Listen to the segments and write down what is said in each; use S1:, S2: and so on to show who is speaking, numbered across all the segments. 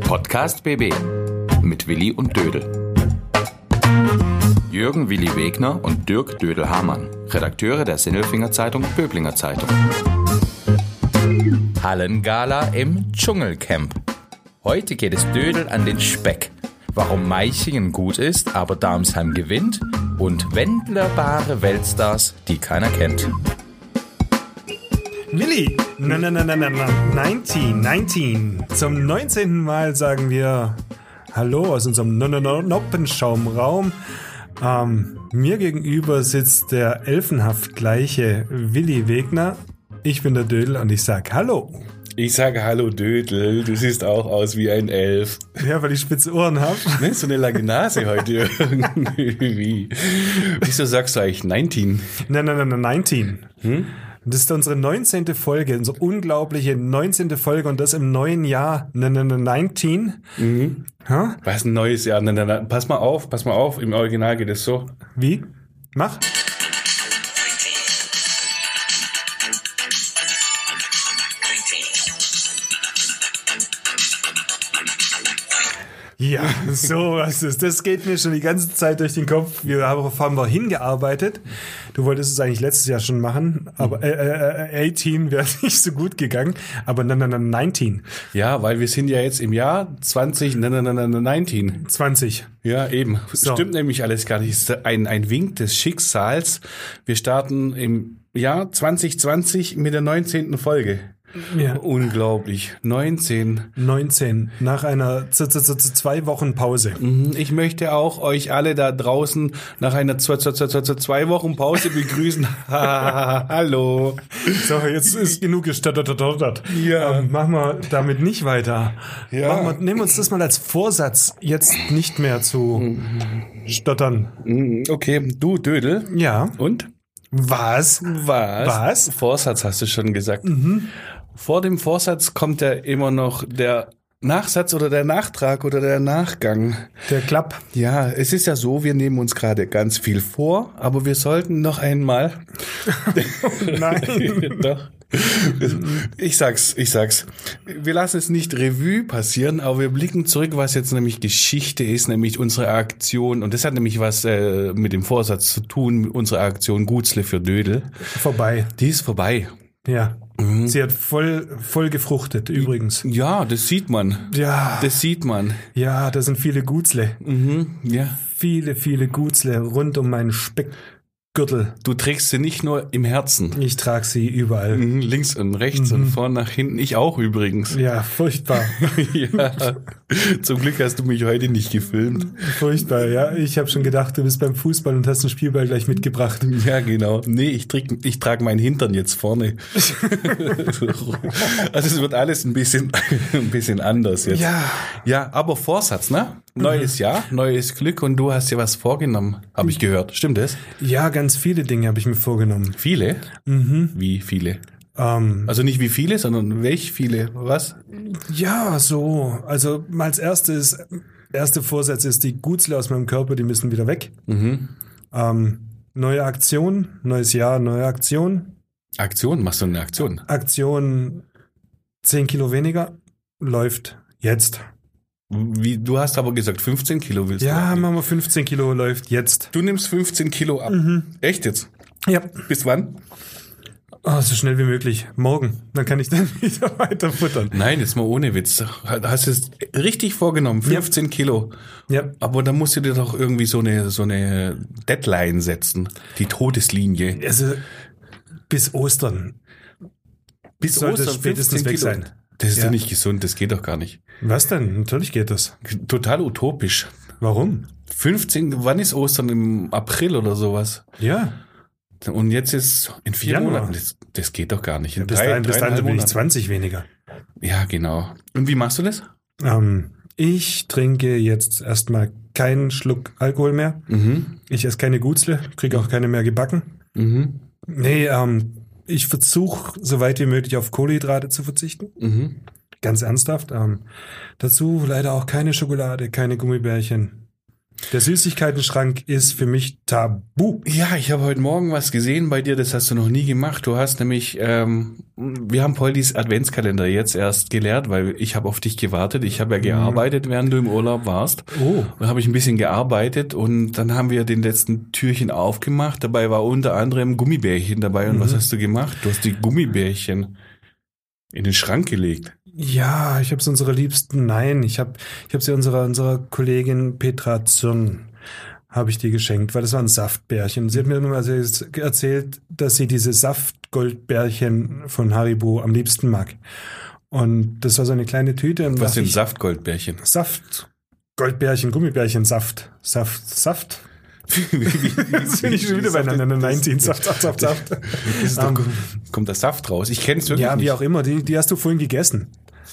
S1: Podcast BB mit Willi und Dödel. Jürgen Willi Wegner und Dirk Dödel Hamann, Redakteure der Sinnelfinger Zeitung Böblinger Zeitung. Hallengala im Dschungelcamp. Heute geht es Dödel an den Speck. Warum Meichingen gut ist, aber Darmsheim gewinnt und wendlerbare Weltstars, die keiner kennt.
S2: Willi, na na na na na na, 19, 19. Zum 19. Mal sagen wir Hallo aus unserem no no no Noppenschaumraum. Ähm, mir gegenüber sitzt der elfenhaft gleiche Willi Wegner. Ich bin der Dödel und ich sag Hallo.
S3: Ich sage Hallo Dödel, du siehst auch aus wie ein Elf.
S2: Ja, weil ich spitze Ohren habe.
S3: Ne, so eine lange Nase heute irgendwie. Wieso sagst du eigentlich 19?
S2: Na na na na, 19. Das ist unsere 19. Folge, unsere unglaubliche 19. Folge und das im neuen Jahr, na na na, 19. Hä?
S3: Was ein neues Jahr. Nein, nein, nein. Pass mal auf, pass mal auf. Im Original geht es so.
S2: Wie? Mach. Ja, sowas ist. Das geht mir schon die ganze Zeit durch den Kopf. Wir haben, haben wir hingearbeitet. Du wolltest es eigentlich letztes Jahr schon machen, aber äh, äh, äh, 18 wäre nicht so gut gegangen. Aber na, na, na, 19,
S3: Ja, weil wir sind ja jetzt im Jahr 20, nein, nein, nein, nein, nein, 19.
S2: 20.
S3: Ja, eben. Stimmt nämlich alles gar nicht. Es ist ein, ein Wink des Schicksals. Wir starten im Jahr 2020 mit der 19. Folge.
S2: Ja.
S3: Unglaublich. 19.
S2: 19 nach einer z -z -z zwei Wochen Pause.
S3: Mhm. Ich möchte auch euch alle da draußen nach einer zwei, zwei, zwei, zwei, zwei- zwei Wochen Pause begrüßen. Hallo.
S2: So, jetzt ist genug gestottert.
S3: Ja.
S2: Ähm, machen wir damit nicht weiter.
S3: Ja.
S2: Machen wir, nehmen wir uns das mal als Vorsatz, jetzt nicht mehr zu stottern.
S3: Mhm, Okay, du Dödel.
S2: Ja.
S3: Und?
S2: Was?
S3: Was?
S2: Was?
S3: Vorsatz hast du schon gesagt. Vor dem Vorsatz kommt ja immer noch der Nachsatz oder der Nachtrag oder der Nachgang.
S2: Der Klapp.
S3: Ja, es ist ja so, wir nehmen uns gerade ganz viel vor, aber wir sollten noch einmal.
S2: Nein.
S3: Doch. Ich sag's, ich sag's. Wir lassen es nicht Revue passieren, aber wir blicken zurück, was jetzt nämlich Geschichte ist, nämlich unsere Aktion. Und das hat nämlich was äh, mit dem Vorsatz zu tun, unsere Aktion Gutzle für Dödel.
S2: Vorbei.
S3: Die ist vorbei.
S2: Ja. Sie hat voll, voll gefruchtet, übrigens.
S3: Ja, das sieht man.
S2: Ja.
S3: Das sieht man.
S2: Ja, da sind viele Gutzle.
S3: Ja.
S2: Viele, viele Gutzle rund um meinen Speckgürtel.
S3: Du trägst sie nicht nur im Herzen.
S2: Ich trage sie überall.
S3: Mhm, Links und rechts und vorn nach hinten. Ich auch übrigens.
S2: Ja, furchtbar.
S3: ja. Zum Glück hast du mich heute nicht gefilmt.
S2: Furchtbar, ja. Ich habe schon gedacht, du bist beim Fußball und hast den Spielball gleich mitgebracht.
S3: Ja, genau. Nee, ich, trag- ich trage meinen Hintern jetzt vorne. also es wird alles ein bisschen, ein bisschen anders jetzt.
S2: Ja.
S3: Ja, aber Vorsatz, ne? Neues Jahr, neues Glück und du hast dir was vorgenommen, habe ich gehört. Stimmt das?
S2: Ja, ganz viele Dinge habe ich mir vorgenommen.
S3: Viele? Wie viele?
S2: Ähm,
S3: Also nicht wie viele, sondern welch viele? Was?
S2: ja, so. Also mal als erstes, erste Vorsatz ist, die Gutzle aus meinem Körper, die müssen wieder weg. Mhm. Ähm, neue Aktion, neues Jahr, neue Aktion.
S3: Aktion, machst du eine Aktion?
S2: Aktion 10 Kilo weniger läuft jetzt.
S3: Wie, du hast aber gesagt, 15 Kilo willst du.
S2: Ja,
S3: abnehmen.
S2: machen wir 15 Kilo läuft jetzt.
S3: Du nimmst 15 Kilo ab. Echt jetzt?
S2: Ja,
S3: Bis wann?
S2: oh, so schnell wie möglich. Morgen. Dann kann ich dann wieder weiter futtern.
S3: Nein, jetzt mal ohne Witz. Hast du es richtig vorgenommen, 15 Kilo.
S2: Ja,
S3: Aber da musst du dir doch irgendwie so eine, so eine Deadline setzen. Die Todeslinie.
S2: also bis Ostern.
S3: Bis
S2: Sollte spätestens weg sein.
S3: Das ist ja.
S2: Ja.
S3: doch nicht gesund, das geht doch gar nicht.
S2: Was denn? Natürlich geht das.
S3: Total utopisch.
S2: Warum?
S3: 15, wann ist Ostern? Im April oder sowas?
S2: Ja,
S3: Und jetzt ist in vier
S2: Januar.
S3: Monaten. Das, das geht doch gar nicht. In
S2: bis
S3: drei-
S2: dahin, bis dahin
S3: dreieinhalb
S2: bin ich
S3: Monaten.
S2: 20 weniger.
S3: Ja, genau. Und wie machst du das?
S2: Ähm, ich trinke jetzt erstmal keinen Schluck Alkohol mehr.
S3: Mhm.
S2: Ich esse keine Gutzle, kriege auch keine mehr gebacken.
S3: Mhm.
S2: Nee, ähm, ich versuche so weit wie möglich auf Kohlenhydrate zu verzichten.
S3: Mhm.
S2: Ganz ernsthaft. Ähm, dazu leider auch keine Schokolade, keine Gummibärchen. Der Süßigkeitenschrank ist für mich tabu.
S3: Ja, ich habe heute Morgen was gesehen bei dir, das hast du noch nie gemacht. Du hast nämlich, ähm, wir haben Poldis Adventskalender jetzt erst geleert, weil ich habe auf dich gewartet. Ich habe ja gearbeitet, während du im Urlaub warst.
S2: Oh.
S3: Da habe ich ein bisschen gearbeitet und dann haben wir den letzten Türchen aufgemacht. Dabei war unter anderem Gummibärchen dabei. Und was hast du gemacht? Du hast die Gummibärchen in den Schrank gelegt.
S2: Ja, ich habe es unserer Liebsten. Nein, ich habe ich hab sie unserer, unserer Kollegin Petra Zürn habe ich die geschenkt, weil das waren Saftbärchen. Sie hat mir nur mal se- erzählt, dass sie diese Saftgoldbärchen von Haribo am liebsten mag. Und das war so eine kleine Tüte. und
S3: Was
S2: dachte
S3: sind
S2: ich,
S3: Saftgoldbärchen?
S2: Saft? Goldbärchen, Gummibärchen, Saft, Saft, Saft. Jetzt bin ich schon wieder bei einer 19, Saft, Saft, Saft, Saft.
S3: Ist es
S2: Ähm,
S3: doch- kommt da Saft raus? Ich kenne es wirklich
S2: Ja, wie
S3: nicht.
S2: auch immer, die, die hast du vorhin gegessen.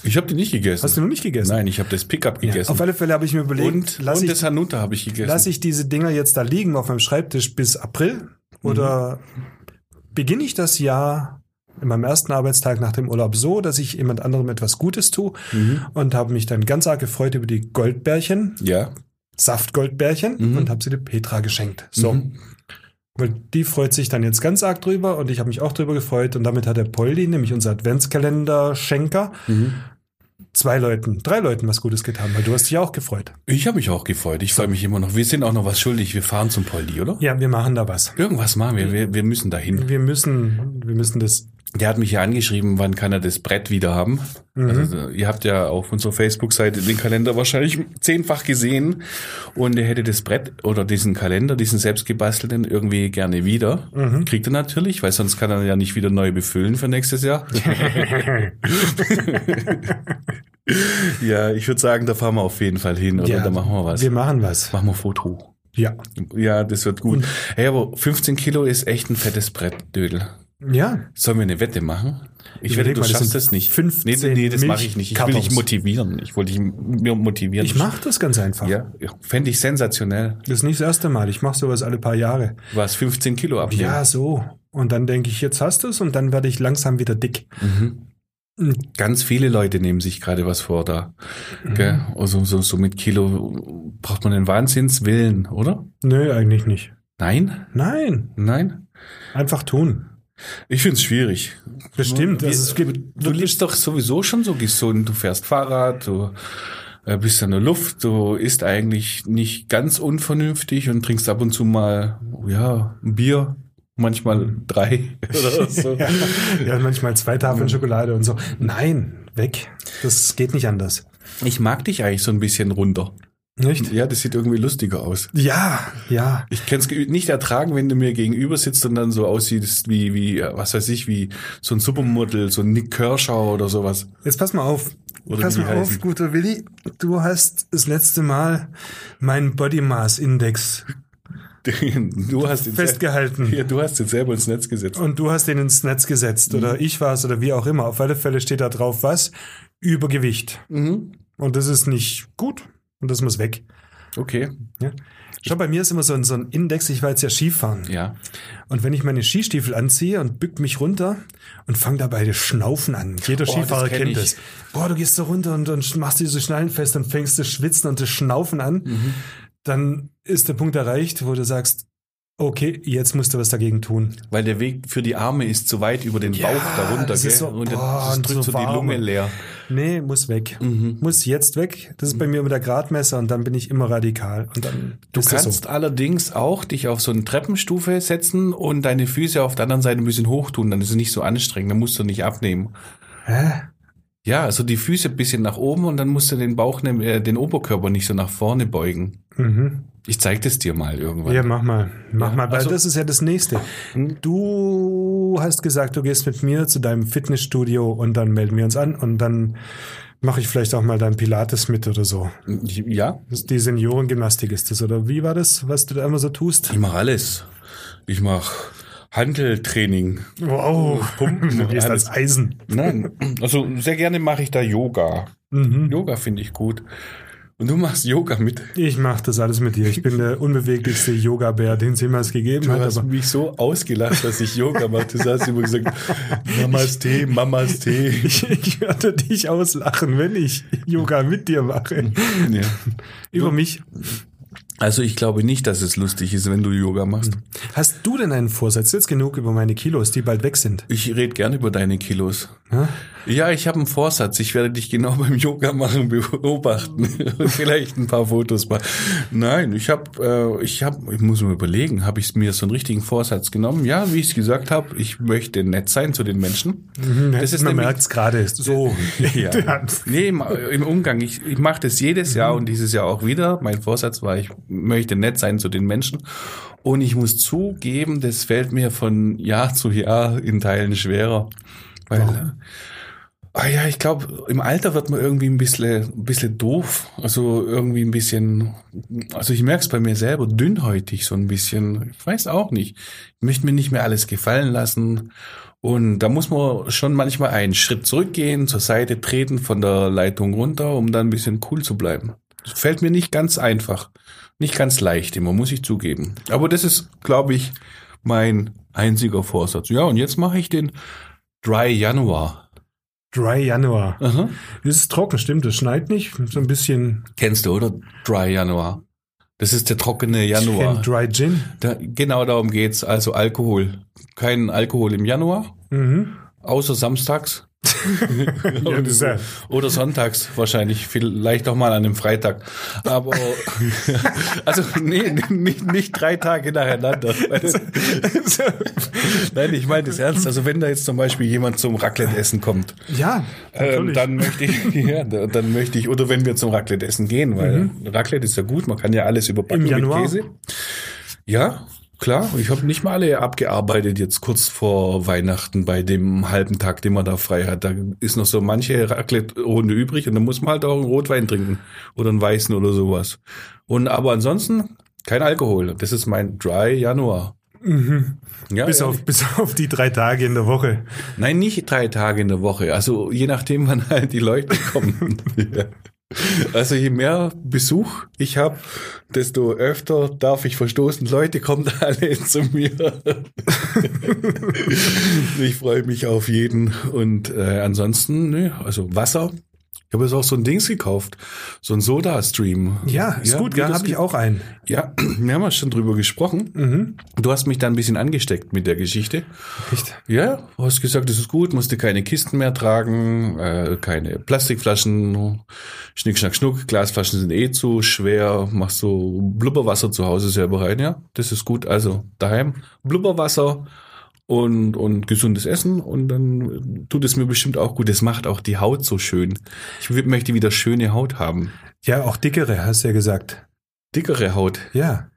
S3: Ich habe die nicht gegessen.
S2: Hast du noch nicht gegessen?
S3: Nein, ich habe das Pickup
S2: Ja,
S3: gegessen.
S2: auf alle Fälle habe ich mir überlegt,
S3: und
S2: lass,
S3: und
S2: ich,
S3: das Hanuta habe ich gegessen.
S2: lass ich diese Dinger jetzt da liegen auf meinem Schreibtisch bis April? Oder
S3: Mhm.
S2: beginne ich das Jahr in meinem ersten Arbeitstag nach dem Urlaub so, dass ich jemand anderem etwas Gutes tue
S3: Mhm.
S2: und habe mich dann ganz arg gefreut über die Goldbärchen,
S3: ja.
S2: Saftgoldbärchen
S3: Mhm.
S2: und habe sie der Petra geschenkt. So.
S3: Mhm.
S2: Weil die freut sich dann jetzt ganz arg drüber und ich habe mich auch drüber gefreut und damit hat der Poldi, nämlich unser Adventskalender-Schenker,
S3: Mhm.
S2: zwei Leuten, drei Leuten was Gutes getan, weil du hast dich auch gefreut.
S3: Ich habe mich auch gefreut. Ich freue mich immer noch. Wir sind auch noch was schuldig. Wir fahren zum Poldi, oder?
S2: Ja, wir machen da was.
S3: Irgendwas machen wir. wir. Wir müssen dahin.
S2: Wir müssen, wir müssen das.
S3: Der hat mich ja angeschrieben, wann kann er das Brett wieder haben. Also, ihr habt ja auf unserer Facebook-Seite den Kalender wahrscheinlich zehnfach gesehen. Und er hätte das Brett oder diesen Kalender, diesen selbstgebastelten, irgendwie gerne wieder. Kriegt er natürlich, weil sonst kann er ja nicht wieder neu befüllen für nächstes Jahr. ja, ich würde sagen, da fahren wir auf jeden Fall hin oder da machen wir was.
S2: Wir machen was.
S3: machen wir ein Foto.
S2: Ja.
S3: Ja, das wird gut. Hey, aber 15 Kilo ist echt ein fettes Brett, Dödel.
S2: Ja.
S3: Sollen wir eine Wette machen? Ich wette,
S2: Überleg
S3: du
S2: mal, das
S3: schaffst
S2: sind
S3: das nicht.
S2: 15
S3: nee, nee, das mache ich nicht. Ich will dich
S2: Milchkartons.
S3: motivieren. Ich wollte dich mir motivieren.
S2: Ich mache das ganz einfach.
S3: Ja, ja. fände ich sensationell.
S2: Das ist nicht das erste Mal. Ich mache sowas alle paar Jahre.
S3: Du warst 15 Kilo abnehmen.
S2: Ja, so. Und dann denke ich, jetzt hast du es und dann werde ich langsam wieder dick.
S3: Ganz viele Leute nehmen sich gerade was vor da.
S2: Mhm.
S3: Gell? Also so, so mit Kilo braucht man einen Wahnsinnswillen, oder?
S2: Nö, eigentlich nicht.
S3: Nein?
S2: Nein,
S3: Nein?
S2: einfach tun.
S3: Ich finde es schwierig.
S2: Bestimmt.
S3: Wir-
S2: Also es gibt
S3: du lebst doch sowieso schon so gesund. Du fährst Fahrrad, du äh, bist in der Luft, du isst eigentlich nicht ganz unvernünftig und trinkst ab und zu mal, ja, ein Bier, manchmal drei oder so.
S2: Ja, ja, manchmal zwei
S3: Mhm.
S2: Tafeln Schokolade und so. Nein, weg. Das geht nicht anders.
S3: Ich mag dich eigentlich so ein bisschen runter.
S2: Nicht?
S3: Ja, das sieht irgendwie lustiger aus.
S2: Ja, ja.
S3: Ich kann es nicht ertragen, wenn du mir gegenüber sitzt und dann so aussiehst wie, wie, äh, was weiß ich, wie so ein Supermodel, so ein Nick Kershaw oder sowas.
S2: Jetzt pass mal auf.
S3: Oder
S2: pass
S3: wie die
S2: mal auf,
S3: heißen.
S2: guter Willi. Du hast das letzte Mal meinen Body Mass Index
S3: Du hast ihn
S2: festgehalten.
S3: Ja, du hast ihn selber ins Netz gesetzt.
S2: Und du hast den ins Netz gesetzt
S3: Mhm.
S2: oder ich war es oder wie auch immer. Auf alle Fälle steht da drauf was? Übergewicht.
S3: Mhm.
S2: Und das ist nicht gut und das muss weg.
S3: Okay.
S2: Ja. Schau, bei mir ist immer so ein, so ein Index, ich war jetzt ja Skifahren.
S3: Ja.
S2: Und wenn ich meine Skistiefel anziehe und bück mich runter und fange dabei das Schnaufen an. Jeder
S3: das
S2: Skifahrer
S3: kenn
S2: kennt
S3: ich.
S2: es. Boah, du gehst so runter und, und machst diese Schnallen fest und fängst das Schwitzen und das Schnaufen an.
S3: Mhm.
S2: Dann ist der Punkt erreicht, wo du sagst, okay, jetzt musst du was dagegen tun.
S3: Weil der Weg für die Arme ist zu weit über den Bauch darunter,
S2: das
S3: gell?
S2: ist so-
S3: und das,
S2: boah,
S3: das
S2: und
S3: drückt
S2: so
S3: so, die
S2: warm.
S3: Lunge leer.
S2: Nee, muss weg.
S3: Mhm.
S2: Muss jetzt weg. Das ist bei mir immer der Gradmesser und dann bin ich immer radikal. Und dann
S3: Du
S2: ist das
S3: kannst allerdings auch dich auf so eine Treppenstufe setzen und deine Füße auf der anderen Seite ein bisschen hoch tun, dann ist es nicht so anstrengend, dann musst du nicht abnehmen.
S2: So. Hä?
S3: Ja, also die Füße ein bisschen nach oben und dann musst du den Bauch, ne- äh, den Oberkörper nicht so nach vorne beugen.
S2: Mhm.
S3: Ich zeig das dir mal irgendwann.
S2: Ja, mach mal. Mach mal, weil
S3: also-
S2: das ist ja Hm? das Nächste. Du hast gesagt, du gehst mit mir zu deinem Fitnessstudio und dann melden wir uns an und dann mache ich vielleicht auch mal dein Pilates mit oder so.
S3: Ja,
S2: Das ist die Seniorengymnastik ist das, oder wie war das, was du da immer so tust?
S3: ich mache alles. Ich mache Handeltraining.
S2: Wow.
S3: Pumpen,
S2: Du gehst
S3: alles.
S2: als Eisen.
S3: Nein, also sehr gerne mache ich da Yoga. Yoga finde ich gut. Und du machst Yoga mit.
S2: Ich mache das alles mit dir. Ich bin der unbeweglichste Yoga-Bär, den es jemals gegeben
S3: Du
S2: hat.
S3: hast
S2: Aber
S3: mich so ausgelacht, dass ich Yoga mache. Du hast immer gesagt, Mamas Tee, Mamas Tee.
S2: ich, ich würde dich Hm. auslachen, wenn ich Yoga mit dir mache.
S3: Ja.
S2: Über mich.
S3: Also ich glaube nicht, dass es lustig ist, wenn du Yoga machst.
S2: Hast du denn einen Vorsatz? Jetzt genug über meine Kilos, die bald weg sind.
S3: Ich rede gerne über deine Kilos. Ja, ich habe einen Vorsatz. Ich werde dich genau beim Yoga machen beobachten und vielleicht ein paar Fotos machen. Nein, ich habe, äh, ich habe, ich muss mir überlegen, habe ich mir so einen richtigen Vorsatz genommen? Ja, wie ich es gesagt habe, ich möchte nett sein zu den Menschen.
S2: Das ist Man
S3: nämlich-
S2: merkt es gerade. So.
S3: Ja. nee, im, im Umgang. Ich, ich mache das jedes Jahr und dieses Jahr auch wieder. Mein Vorsatz war, ich möchte nett sein zu den Menschen. Und ich muss zugeben, das fällt mir von Jahr zu Jahr in Teilen schwerer. Weil, ah ja, ich glaube, im Alter wird man irgendwie ein bisschen, ein bisschen doof. Also irgendwie ein bisschen, also ich merke es bei mir selber, dünnhäutig so ein bisschen. Ich weiß auch nicht. Ich möchte mir nicht mehr alles gefallen lassen. Und da muss man schon manchmal einen Schritt zurückgehen, zur Seite treten, von der Leitung runter, um dann ein bisschen cool zu bleiben. Das fällt mir nicht ganz einfach. Nicht ganz leicht immer, muss ich zugeben. Aber das ist, glaube ich, mein einziger Vorsatz. Ja, und jetzt mache ich den Dry Januar.
S2: Dry Januar. Es ist trocken, stimmt. Es schneit nicht. So ein bisschen
S3: Kennst du, oder? Dry Januar. Das ist der trockene Januar.
S2: Dry Gin.
S3: Da, genau darum geht's. Also Alkohol. Kein Alkohol im Januar,
S2: Mhm.
S3: außer samstags.
S2: Ja, das ist ja-
S3: Oder sonntags wahrscheinlich, vielleicht auch mal an einem Freitag. Aber also nee, nicht, nicht drei Tage nacheinander. Also, Nein, ich meine das ernst. Also wenn da jetzt zum Beispiel jemand zum Raclette-Essen kommt,
S2: ja,
S3: ähm,
S2: natürlich.
S3: dann möchte ich, ja, da- dann möchte ich, oder wenn wir zum Raclette-Essen gehen, weil Raclette ist ja gut, man kann ja alles überbacken
S2: Mhm. Im Januar?
S3: mit Käse. Ja, klar. Ich habe nicht mal alle abgearbeitet jetzt kurz vor Weihnachten bei dem halben Tag, den man da frei hat. Da ist noch so manche Raclette-Runde übrig und dann muss man halt auch einen Rotwein trinken oder einen Weißen oder sowas. Und aber ansonsten kein Alkohol. Das ist mein Dry Januar. Ja,
S2: Mhm. bis,
S3: ja.
S2: auf, bis auf die drei Tage in der Woche.
S3: Nein, nicht drei Tage in der Woche. Also je nachdem, wann halt die Leute kommen. ja. Also je mehr Besuch ich habe, desto öfter darf ich verstoßen. Leute, kommt alle zu mir. ich freue mich auf jeden. Und äh, ansonsten, ne, also Wasser. Ich habe jetzt auch so ein Dings gekauft, so ein Soda-Stream.
S2: Ja, ist gut, ja,
S3: das
S2: habe ich
S3: geht-
S2: auch einen. Mhm.
S3: Ja, wir haben ja schon drüber gesprochen. Du hast mich da ein bisschen angesteckt mit der Geschichte.
S2: Echt?
S3: Ja, du hast gesagt, das ist gut, musste keine Kisten mehr tragen, äh, keine Plastikflaschen, Schnick, Schnack, Schnuck, Glasflaschen sind eh zu schwer, machst so Blubberwasser zu Hause selber rein, ja, das ist gut, also daheim Blubberwasser und, und gesundes Essen und dann tut es mir bestimmt auch gut, das macht auch die Haut so schön. Ich w- möchte wieder schöne Haut haben,
S2: Ja, auch dickere, hast du ja gesagt.
S3: dickere Haut.
S2: Ja.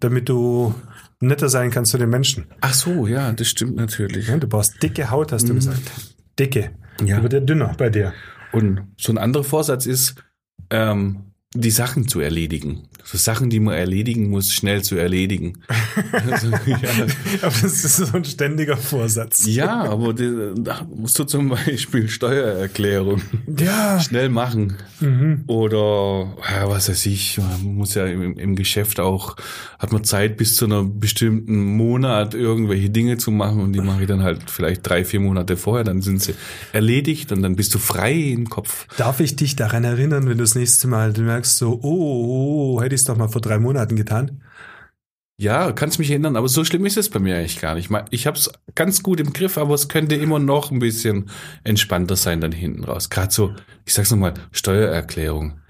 S2: Damit du netter sein kannst zu den Menschen.
S3: Ach so, ja, das stimmt natürlich.
S2: Ja, du brauchst dicke Haut, hast du gesagt. Dicke.
S3: Mhm. Ja.
S2: Aber der dünner bei dir.
S3: Und so ein anderer Vorsatz ist, ähm, die Sachen zu erledigen. So Sachen, die man erledigen muss, schnell zu erledigen. also, ja.
S2: Aber das ist so ein ständiger Vorsatz.
S3: ja, aber die, da musst du zum Beispiel Steuererklärung
S2: Ja.
S3: schnell machen. Oder ja, was weiß ich, man muss ja im, im Geschäft auch, hat man Zeit bis zu einer bestimmten Monat irgendwelche Dinge zu machen und die mache ich dann halt vielleicht drei, vier Monate vorher, dann sind sie erledigt und dann bist du frei im Kopf.
S2: Darf ich dich daran erinnern, wenn du das nächste Mal merkst, so, oh, oh hätte ich es doch mal vor drei Monaten getan?
S3: Ja, kannst mich erinnern, aber so schlimm ist es bei mir eigentlich gar nicht. Ich habe es ganz gut im Griff, aber es könnte immer noch ein bisschen entspannter sein dann hinten raus. Gerade so, ich sag's nochmal, Steuererklärung.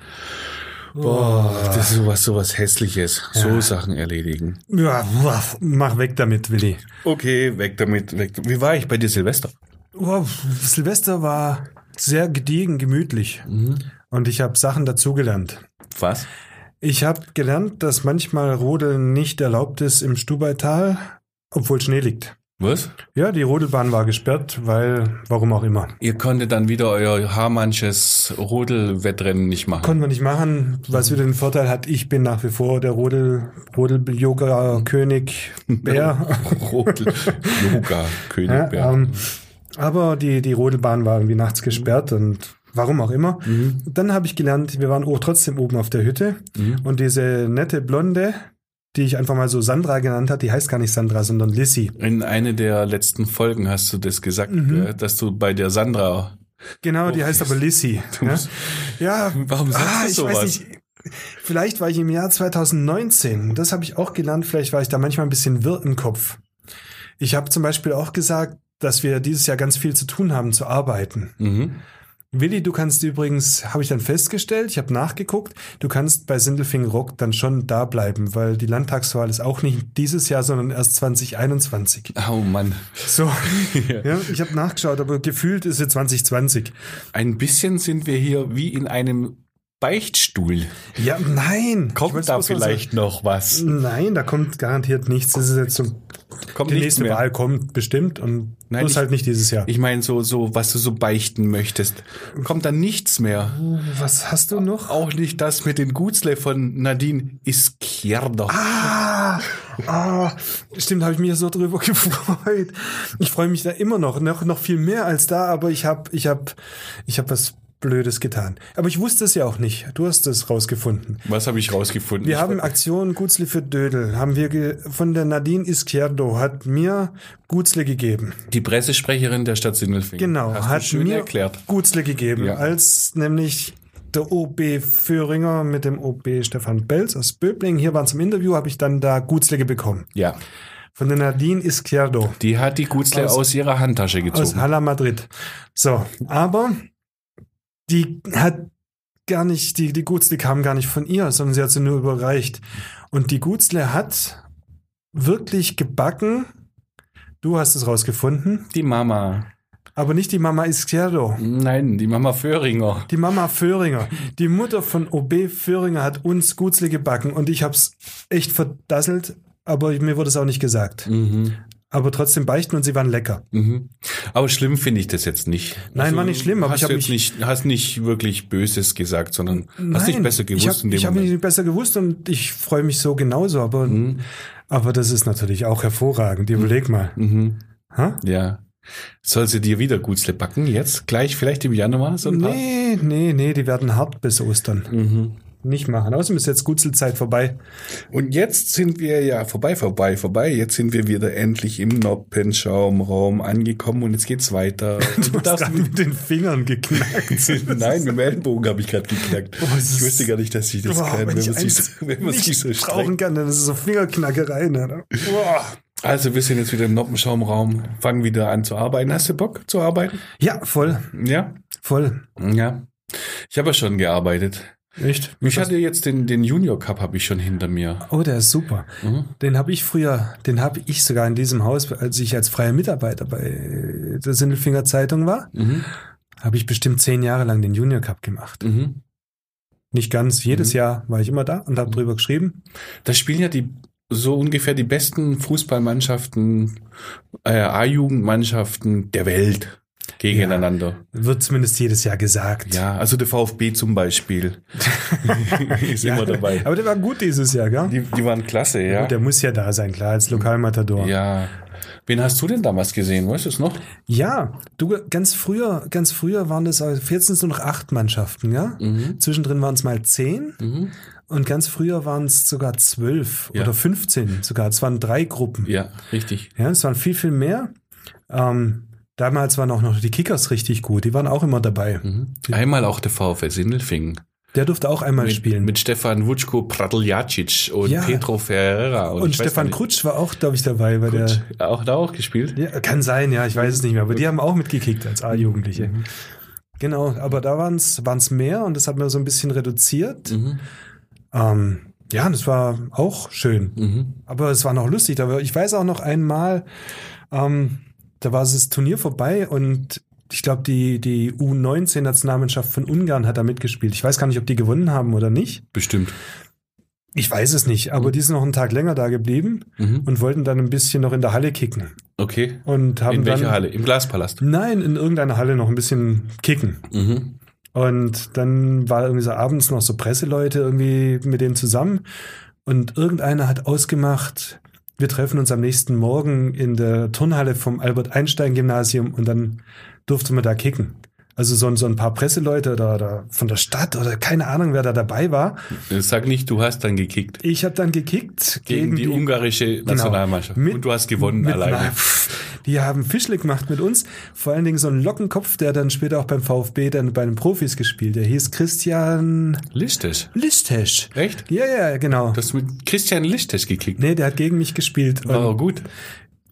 S3: Boah, das ist sowas, sowas Hässliches. So Sachen erledigen.
S2: Ja, wuff, mach weg damit, Willi.
S3: Okay, weg damit, weg damit. Wie war ich bei dir Silvester?
S2: Wow, Silvester war sehr gediegen, gemütlich. Und ich habe Sachen dazugelernt.
S3: Was?
S2: Ich habe gelernt, dass manchmal Rodeln nicht erlaubt ist im Stubaital, obwohl Schnee liegt.
S3: Was?
S2: Ja, die Rodelbahn war gesperrt, weil, warum auch immer.
S3: Ihr konntet dann wieder euer haarmanches Rodelwettrennen nicht machen.
S2: Konnten wir nicht machen, was wieder den Vorteil hat, ich bin nach wie vor der Rodel, Rodel-Yoga-König, Bär.
S3: Rodel. Yoga, König
S2: Ja,
S3: Bär.
S2: ähm, aber die, die Rodelbahn war irgendwie nachts gesperrt und warum auch immer. Dann habe ich gelernt, wir waren auch trotzdem oben auf der Hütte und diese nette Blonde, die ich einfach mal so Sandra genannt habe, die heißt gar nicht Sandra, sondern Lissy.
S3: In eine der letzten Folgen hast du das gesagt, äh, dass du bei der Sandra.
S2: Genau, die heißt aber Oh, Lissy. Ja, ja
S3: Warum sagst
S2: ah,
S3: du
S2: ich
S3: sowas?
S2: weiß nicht. Vielleicht war ich im Jahr 2019, das habe ich auch gelernt, vielleicht war ich da manchmal ein bisschen wirr im Kopf. Ich habe zum Beispiel auch gesagt, dass wir dieses Jahr ganz viel zu tun haben, zu arbeiten.
S3: Mhm.
S2: Willi, du kannst übrigens, habe ich dann festgestellt, ich habe nachgeguckt, du kannst bei Sindelfing Rock dann schon da bleiben, weil die Landtagswahl ist auch nicht dieses Jahr, sondern erst 2021.
S3: Oh Mann.
S2: So, ja, ich habe nachgeschaut, aber gefühlt ist es 2020.
S3: Ein bisschen sind wir hier wie in einem Beichtstuhl.
S2: Ja, nein.
S3: Kommt
S2: Ich wollte
S3: da
S2: bloß mal sagen.
S3: vielleicht noch was?
S2: Nein, da kommt garantiert nichts. Das ist jetzt so,
S3: Kommt
S2: die
S3: nichts
S2: nächste
S3: mehr.
S2: Wahl kommt bestimmt und
S3: Nein,
S2: bloß
S3: ich-
S2: halt nicht dieses Jahr.
S3: Ich meine, so, so, was du so beichten möchtest. Kommt dann nichts mehr.
S2: Was hast du noch?
S3: Auch nicht das mit den Gutzle von Nadine Iskierdo.
S2: Ah, ah, stimmt, habe ich mich so drüber gefreut. Ich freue mich da immer noch, noch, noch viel mehr als da, aber ich habe ich hab, ich hab was Blödes getan. Aber ich wusste es ja auch nicht. Du hast es rausgefunden.
S3: Was habe ich rausgefunden?
S2: Wir
S3: Ich-
S2: haben Aktion Gutzli für Dödel, haben wir ge von der Nadine Izquierdo, hat mir Gutzle gegeben.
S3: die Pressesprecherin der Stadt Sindelfingen.
S2: Genau,
S3: Hast
S2: hat
S3: du schön
S2: mir
S3: erklärt.
S2: Gutzle gegeben,
S3: Ja.
S2: als nämlich der OB Föhringer mit dem OB Stefan Belz aus Böblingen hier waren zum Interview, habe ich dann da Gutzle bekommen.
S3: Ja.
S2: Von der Nadine Izquierdo
S3: Die hat die Gutzle aus,
S2: Aus-
S3: ihrer Handtasche
S2: aus
S3: gezogen.
S2: Hala Madrid. So, aber die hat gar nicht, die, die Gutzle kam gar nicht von ihr, sondern sie hat sie nur überreicht. Und die Gutzle hat wirklich gebacken, du hast es rausgefunden,
S3: die Mama.
S2: aber nicht die Mama Izquierdo.
S3: Nein, die Mama Föhringer.
S2: Die Mama Föhringer, die Mutter von OB Föhringer hat uns Gutzle gebacken und ich hab's echt verdasselt, aber mir wurde es auch nicht gesagt.
S3: Mhm.
S2: Aber trotzdem beichten und sie waren lecker.
S3: Mhm. Aber schlimm finde ich das jetzt nicht. Also
S2: Nein, war nicht schlimm, aber
S3: hast
S2: ich hab
S3: du jetzt nicht, hast nicht wirklich Böses gesagt, sondern hast dich besser gewusst
S2: ich hab,
S3: in dem
S2: Ich habe
S3: Moment. Hm.
S2: nicht besser gewusst und ich freue mich so genauso, aber, aber das ist natürlich auch hervorragend. Überleg mal.
S3: Mhm.
S2: Ha?
S3: Ja. Soll sie dir wieder Gutzle backen jetzt? Gleich, vielleicht im Januar? So ein paar-
S2: Nee, nee, nee, die werden hart bis Ostern.
S3: Mhm.
S2: Nicht machen. Außerdem ist jetzt Gutzelzeit vorbei.
S3: Und jetzt sind wir ja vorbei, vorbei, vorbei. Jetzt sind wir wieder endlich im Noppenschaumraum angekommen und jetzt geht's weiter.
S2: Du hast grad mit den Fingern geknackt.
S3: Nein, mit dem Ellenbogen habe ich gerade geknackt. ich wusste gar nicht, dass ich das
S2: Boah,
S3: kann, wenn,
S2: wenn ich
S3: man sich
S2: eins
S3: so, wenn man sich so
S2: nicht
S3: streckt.
S2: brauchen kann, dann ist es so Fingerknackerei. Ne?
S3: Also wir sind jetzt wieder im Noppenschaumraum, fangen wieder an zu arbeiten. Hast du Bock zu arbeiten?
S2: Ja, voll,
S3: Ja.
S2: voll.
S3: Ja. Ich habe ja schon gearbeitet.
S2: Echt?
S3: Ich hatte jetzt den, den Junior Cup habe ich schon hinter mir.
S2: Oh, der ist super.
S3: Mhm.
S2: Den habe ich früher, den habe ich sogar in diesem Haus, als ich als freier Mitarbeiter bei der Sindelfinger Zeitung war,
S3: Mhm.
S2: habe ich bestimmt zehn Jahre lang den Junior Cup gemacht.
S3: Mhm.
S2: Nicht ganz, jedes
S3: Mhm.
S2: Jahr war ich immer da und habe drüber geschrieben.
S3: Da spielen ja die so ungefähr die besten Fußballmannschaften, äh, A-Jugendmannschaften der Welt gegeneinander.
S2: Wird zumindest jedes Jahr gesagt.
S3: Ja. also der VfB zum Beispiel ist immer dabei.
S2: Aber der war gut dieses Jahr, gell?
S3: Die, die waren klasse, ja.
S2: Gut, der muss ja da sein, klar, als Lokalmatador.
S3: Ja. Wen hast du denn damals gesehen? Weißt du es noch?
S2: Ja, du ganz früher, ganz früher waren das also 14 sind nur noch acht Mannschaften, ja?
S3: Mhm.
S2: Zwischendrin waren es mal zehn und ganz früher waren es sogar zwölf
S3: Ja.
S2: oder 15 sogar. Es waren drei Gruppen. Ja,
S3: Ja, richtig.
S2: es waren viel, viel mehr. Ähm, damals waren auch noch die Kickers richtig gut, die waren auch immer dabei.
S3: Mhm. Einmal auch der VfL Sindelfingen.
S2: Der durfte auch einmal
S3: Mit,
S2: spielen.
S3: mit Stefan Vucko Pradljacic und
S2: Ja.
S3: Petro Ferreira.
S2: und Stefan Krutsch war auch, glaube ich, dabei bei der.
S3: Auch da auch gespielt?
S2: Ja, kann sein, ja, ich weiß es nicht mehr, aber die haben auch mitgekickt als A-Jugendliche.
S3: Mhm.
S2: Genau, aber da waren es mehr und das hat man so ein bisschen reduziert.
S3: Mhm.
S2: Ähm, ja, das war auch schön.
S3: Mhm.
S2: Aber es war noch lustig. Aber ich weiß auch noch einmal, ähm, da war das Turnier vorbei und ich glaube, die, die U19-Nationalmannschaft von Ungarn hat da mitgespielt. Ich weiß gar nicht, ob die gewonnen haben oder nicht.
S3: Bestimmt.
S2: Ich weiß es nicht, aber die sind noch einen Tag länger da geblieben
S3: Mhm.
S2: und wollten dann ein bisschen noch in der Halle kicken.
S3: Okay.
S2: Und haben
S3: in
S2: dann,
S3: welcher Halle? Im Glaspalast.
S2: Nein, in irgendeiner Halle noch ein bisschen kicken.
S3: Mhm.
S2: Und dann war irgendwie so abends noch so Presseleute irgendwie mit denen zusammen. Und irgendeiner hat ausgemacht, wir treffen uns am nächsten Morgen in der Turnhalle vom Albert-Einstein-Gymnasium und dann durfte man da kicken. Also so, ein- so ein paar Presseleute oder, oder von der Stadt oder keine Ahnung, wer da dabei war.
S3: Sag nicht, du hast dann gekickt.
S2: Ich habe dann gekickt
S3: Gegen, die, ungarische Nationalmannschaft.
S2: Genau. Mit-
S3: Und du hast gewonnen
S2: mit- na,
S3: alleine.
S2: pff, die haben Fischle gemacht mit uns. Vor allen Dingen so einen Lockenkopf, der dann später auch beim VfB dann bei den Profis gespielt. Der hieß Christian
S3: Lichtes.
S2: Listesch.
S3: Echt?
S2: Ja, ja, genau.
S3: Du hast mit Christian Lichtes gekickt.
S2: Nee, der hat gegen mich gespielt. Und
S3: War aber gut.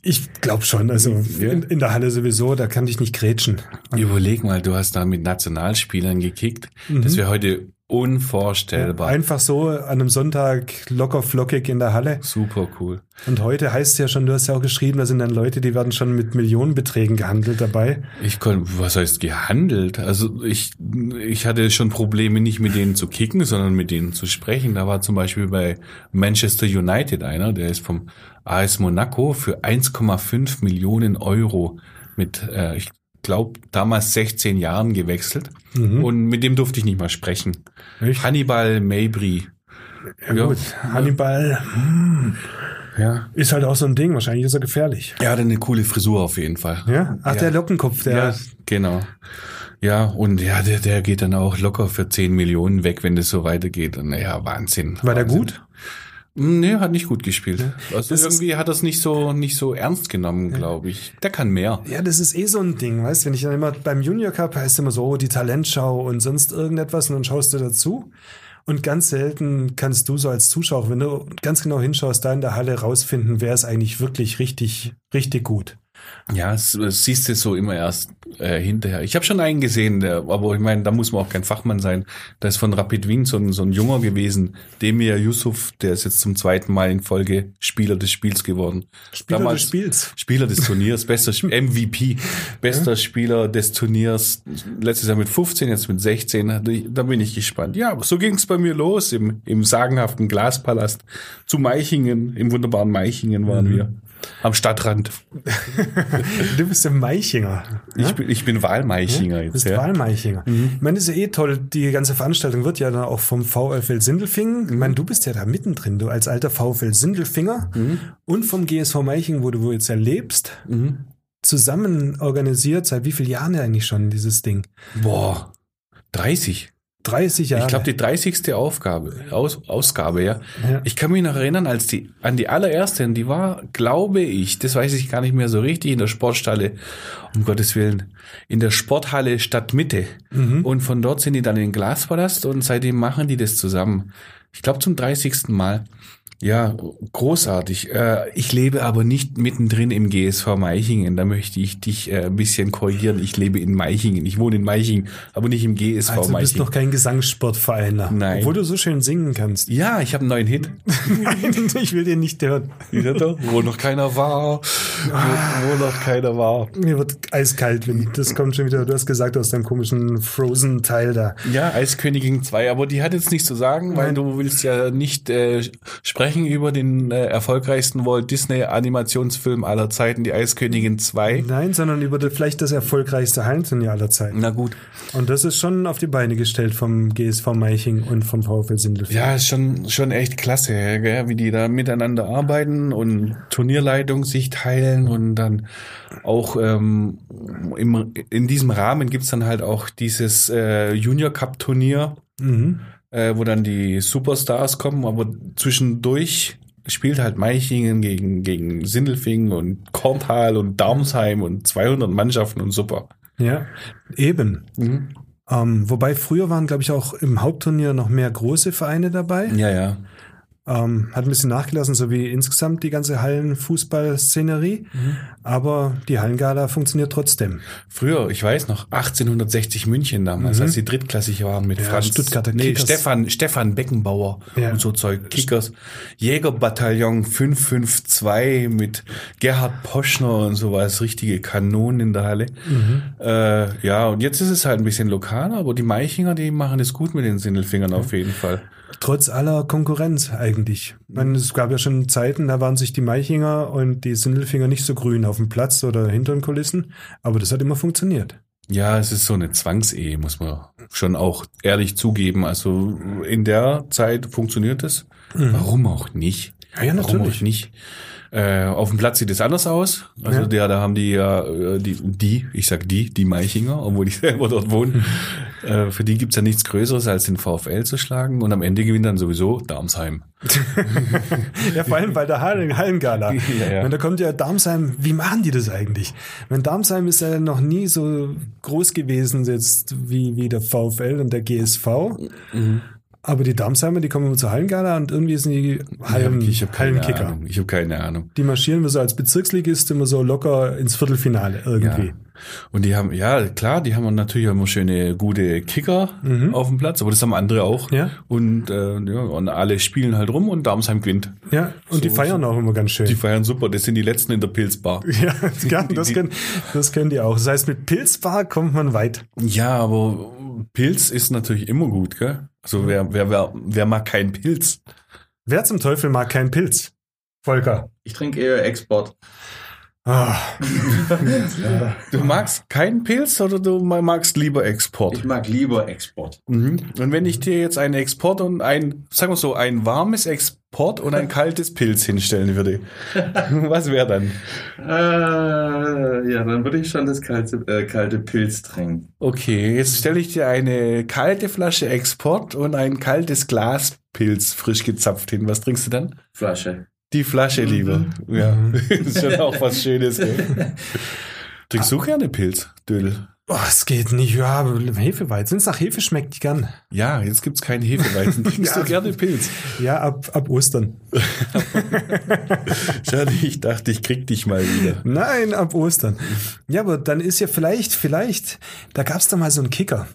S2: Ich glaube schon. Also
S3: Ja.
S2: in, in der Halle sowieso, da kann ich nicht grätschen.
S3: Überleg mal, du hast da mit Nationalspielern gekickt.
S2: Mhm.
S3: Das wäre heute unvorstellbar.
S2: Einfach so an einem Sonntag locker flockig in der Halle.
S3: Super cool.
S2: Und heute heißt es ja schon, du hast ja auch geschrieben, da sind dann Leute, die werden schon mit Millionenbeträgen gehandelt dabei.
S3: Ich konnte, was heißt gehandelt? Also ich, ich hatte schon Probleme, nicht mit denen zu kicken, sondern mit denen zu sprechen. Da war zum Beispiel bei Manchester United einer, der ist vom AS Monaco für 1,5 Millionen Euro mit, äh, ich glaube, damals 16 Jahren gewechselt. Und mit dem durfte ich nicht mal sprechen.
S2: Mhm. Echt?
S3: Hannibal Mabry. Ja,
S2: Hannibal
S3: Ja.
S2: ist halt auch so ein Ding, wahrscheinlich ist er gefährlich.
S3: Er hatte eine coole Frisur auf jeden Fall.
S2: Ja? Ach, der Lockenkopf, der.
S3: Ja, genau. Ja, und ja, der, der geht dann auch locker für 10 Millionen weg, wenn das so weitergeht. Und naja, Wahnsinn.
S2: War der
S3: Wahnsinn.
S2: gut?
S3: Nee, hat nicht gut gespielt. Also
S2: Das ist-
S3: irgendwie hat er es nicht so, nicht so ernst genommen, glaube ich. Der kann mehr.
S2: Ja, das ist eh so ein Ding, weißt du? Wenn ich dann immer beim Junior Cup heißt immer so, oh, die Talentschau und sonst irgendetwas und dann schaust du dazu. Und ganz selten kannst du so als Zuschauer, wenn du ganz genau hinschaust, da in der Halle rausfinden, wer ist eigentlich wirklich richtig, richtig gut.
S3: Ja, das, das siehst du so immer erst äh, hinterher. Ich habe schon einen gesehen, der, aber ich meine, da muss man auch kein Fachmann sein. Da ist von Rapid Wien so ein, so ein Junger gewesen, Demir Yusuf, der ist jetzt zum zweiten Mal in Folge Spieler des Spiels geworden.
S2: Spieler
S3: Damals-
S2: des Spiels.
S3: Spieler des Turniers, bester Sp- MVP, bester Spieler des Turniers, letztes Jahr mit 15, jetzt mit 16, da bin ich gespannt. Ja, aber so ging es bei mir los im, im sagenhaften Glaspalast zu Meichingen, im wunderbaren Meichingen waren
S2: Mhm.
S3: wir, am Stadtrand.
S2: Du bist der Meichinger.
S3: Ich, bin, ich bin Wahlmeichinger
S2: Du
S3: jetzt,
S2: bist
S3: ja. Mhm.
S2: Wahlmeichinger. Ich meine, das ist ja eh toll. Die ganze Veranstaltung wird ja dann auch vom VfL Sindelfingen. Ich meine, du bist ja da mittendrin, du als alter VfL Sindelfinger
S3: Mhm.
S2: und vom GSV Meichingen, wo du wo jetzt ja lebst,
S3: Mhm.
S2: zusammen organisiert. Seit wie vielen Jahren eigentlich schon dieses Ding?
S3: Boah, 30.
S2: 30 Jahre.
S3: Ich glaube, die 30. Aufgabe, Aus, Ausgabe, ja.
S2: Ja.
S3: Ich kann mich noch erinnern, als die, an die allererste, und die war, glaube ich, das weiß ich gar nicht mehr so richtig, in der Sporthalle, um Gottes Willen, in der Sporthalle Stadtmitte.
S2: Mhm.
S3: Und von dort sind die dann in den Glaspalast und seitdem machen die das zusammen. Ich glaube, zum 30. Mal. Ja, großartig. Äh, Ich lebe aber nicht mittendrin im GSV Meichingen. Da möchte ich dich äh, ein bisschen korrigieren. Ich lebe in Meichingen. Ich wohne in Meichingen, aber nicht im GSV
S2: also du bist
S3: Meichingen.
S2: noch kein Gesangssportvereiner.
S3: Nein.
S2: Obwohl du so schön singen kannst.
S3: Ja, ich habe einen neuen Hit.
S2: Nein, ich will den nicht hören.
S3: wo noch keiner war. Wo, wo noch keiner war.
S2: Mir wird eiskalt, wenn das kommt schon wieder. Du hast gesagt, aus deinem komischen Frozen-Teil da.
S3: Ja, Eiskönigin 2, aber die hat jetzt nichts zu sagen, weil
S2: Nein.
S3: du willst ja nicht äh, sprechen über den äh, erfolgreichsten Walt Disney Animationsfilm aller Zeiten, die Eiskönigin 2.
S2: Nein, sondern über das, vielleicht das erfolgreichste Hallenturnier aller Zeiten.
S3: Na gut.
S2: Und das ist schon auf die Beine gestellt vom GSV Meiching und vom VfL Sindelfingen.
S3: Ja, ist schon, schon echt klasse, gell? wie die da miteinander arbeiten und Turnierleitung sich teilen und dann auch ähm, im, in diesem Rahmen gibt's dann halt auch dieses äh, Junior Cup Turnier,
S2: Mhm.
S3: äh, wo dann die Superstars kommen, aber zwischendurch spielt halt Meichingen gegen, gegen Sindelfingen und Korntal und Darmsheim und 200 Mannschaften und super.
S2: Ja, eben.
S3: Mhm.
S2: Ähm, wobei früher waren, glaube ich, auch im Hauptturnier noch mehr große Vereine dabei.
S3: Ja, ja.
S2: Ähm, hat ein bisschen nachgelassen, so wie insgesamt die ganze Hallenfußball-Szenerie. Aber die Hallengala funktioniert trotzdem.
S3: Früher, ich weiß noch, 1860 München damals, als die drittklassig waren mit Franz
S2: Mhm. Stuttgarter
S3: nee,
S2: Kickers.
S3: Stefan, Stefan Beckenbauer
S2: Ja.
S3: und so Zeug. Kickers, Jägerbataillon 552 mit Gerhard Poschner und sowas, richtige Kanonen in der Halle.
S2: Mhm.
S3: Äh, ja, und jetzt ist es halt ein bisschen lokaler, aber die Meichinger, die machen es gut mit den Sindelfingern auf jeden Fall.
S2: Trotz aller Konkurrenz eigentlich. Ich meine, es gab ja schon Zeiten, da waren sich die Meichinger und die Sindelfinger nicht so grün auf dem Platz oder hinter den Kulissen. Aber das hat immer funktioniert.
S3: Ja, es ist so eine Zwangsehe, muss man schon auch ehrlich zugeben. Also in der Zeit funktioniert es. Warum auch nicht?
S2: Mhm. Ja, ja,
S3: Warum
S2: natürlich.
S3: auch nicht? Äh, auf dem Platz sieht es anders aus. Also
S2: Ja.
S3: der, da haben die ja äh, die, die, ich sag die, die Meichinger, obwohl ich selber dort wohne.
S2: Mhm.
S3: äh, für die gibt's ja nichts Größeres, als den VfL zu schlagen. Und am Ende gewinnt dann sowieso Darmsheim.
S2: Ja, vor allem bei der Hallen Hallengala.
S3: Ja, ja.
S2: Und da kommt ja Darmsheim, wie machen die das eigentlich? Wenn Darmsheim ist ja noch nie so groß gewesen jetzt wie, wie der VfL und der GSV.
S3: Mhm.
S2: Aber die Darmsheimer, die kommen immer zur Hallengala und irgendwie sind die Hallen,
S3: ich habe keine
S2: Hallenkicker.
S3: Ahnung. Ich habe keine Ahnung.
S2: Die marschieren wir so als Bezirksligist immer so locker ins Viertelfinale irgendwie.
S3: Ja. Und die haben, ja klar, die haben natürlich immer schöne, gute Kicker auf dem Platz, aber das haben andere auch.
S2: Mhm. Ja.
S3: Und, äh, ja, und alle spielen halt rum und Darmsheim gewinnt.
S2: Ja, und die feiern auch immer ganz schön.
S3: Die feiern super, das sind die Letzten in der Pilzbar.
S2: ja, das, das, können, das können die auch. Das heißt, mit Pilzbar kommt man weit.
S3: Ja, aber Pilz ist natürlich immer gut, gell? Also wer, wer, wer, wer mag keinen Pilz?
S2: Wer zum Teufel mag keinen Pilz? Volker.
S4: Ich trinke eher Export.
S2: Ah.
S3: Du magst keinen Pilz oder du ma- magst lieber Export?
S4: Ich mag lieber Export.
S3: Mhm. Und wenn ich dir jetzt einen Export und ein, sagen wir so, ein warmes Export und ein kaltes Pilz hinstellen würde, was wäre dann?
S4: Äh, ja, dann würde ich schon das kalte, äh, kalte Pilz trinken.
S3: Okay, jetzt stelle ich dir eine kalte Flasche Export und ein kaltes Glas Pilz frisch gezapft hin. Was trinkst du dann?
S4: Flasche.
S3: Die Flasche lieber. Ja, ist schon auch was Schönes. Gell? Trinkst du gerne Pilz, Dödel?
S2: Oh, es geht nicht. Ja, Hefeweizen. Wenn es nach Hefe schmeckt, die gern.
S3: Ja, jetzt gibt's keinen Hefeweizen. Trinkst
S2: Ja.
S3: du gerne Pilz?
S2: Ja, ab, ab Ostern.
S3: Schade, ich dachte, ich krieg dich mal wieder.
S2: Nein, ab Ostern. Ja, aber dann ist ja vielleicht, vielleicht, da gab es da mal so einen Kicker.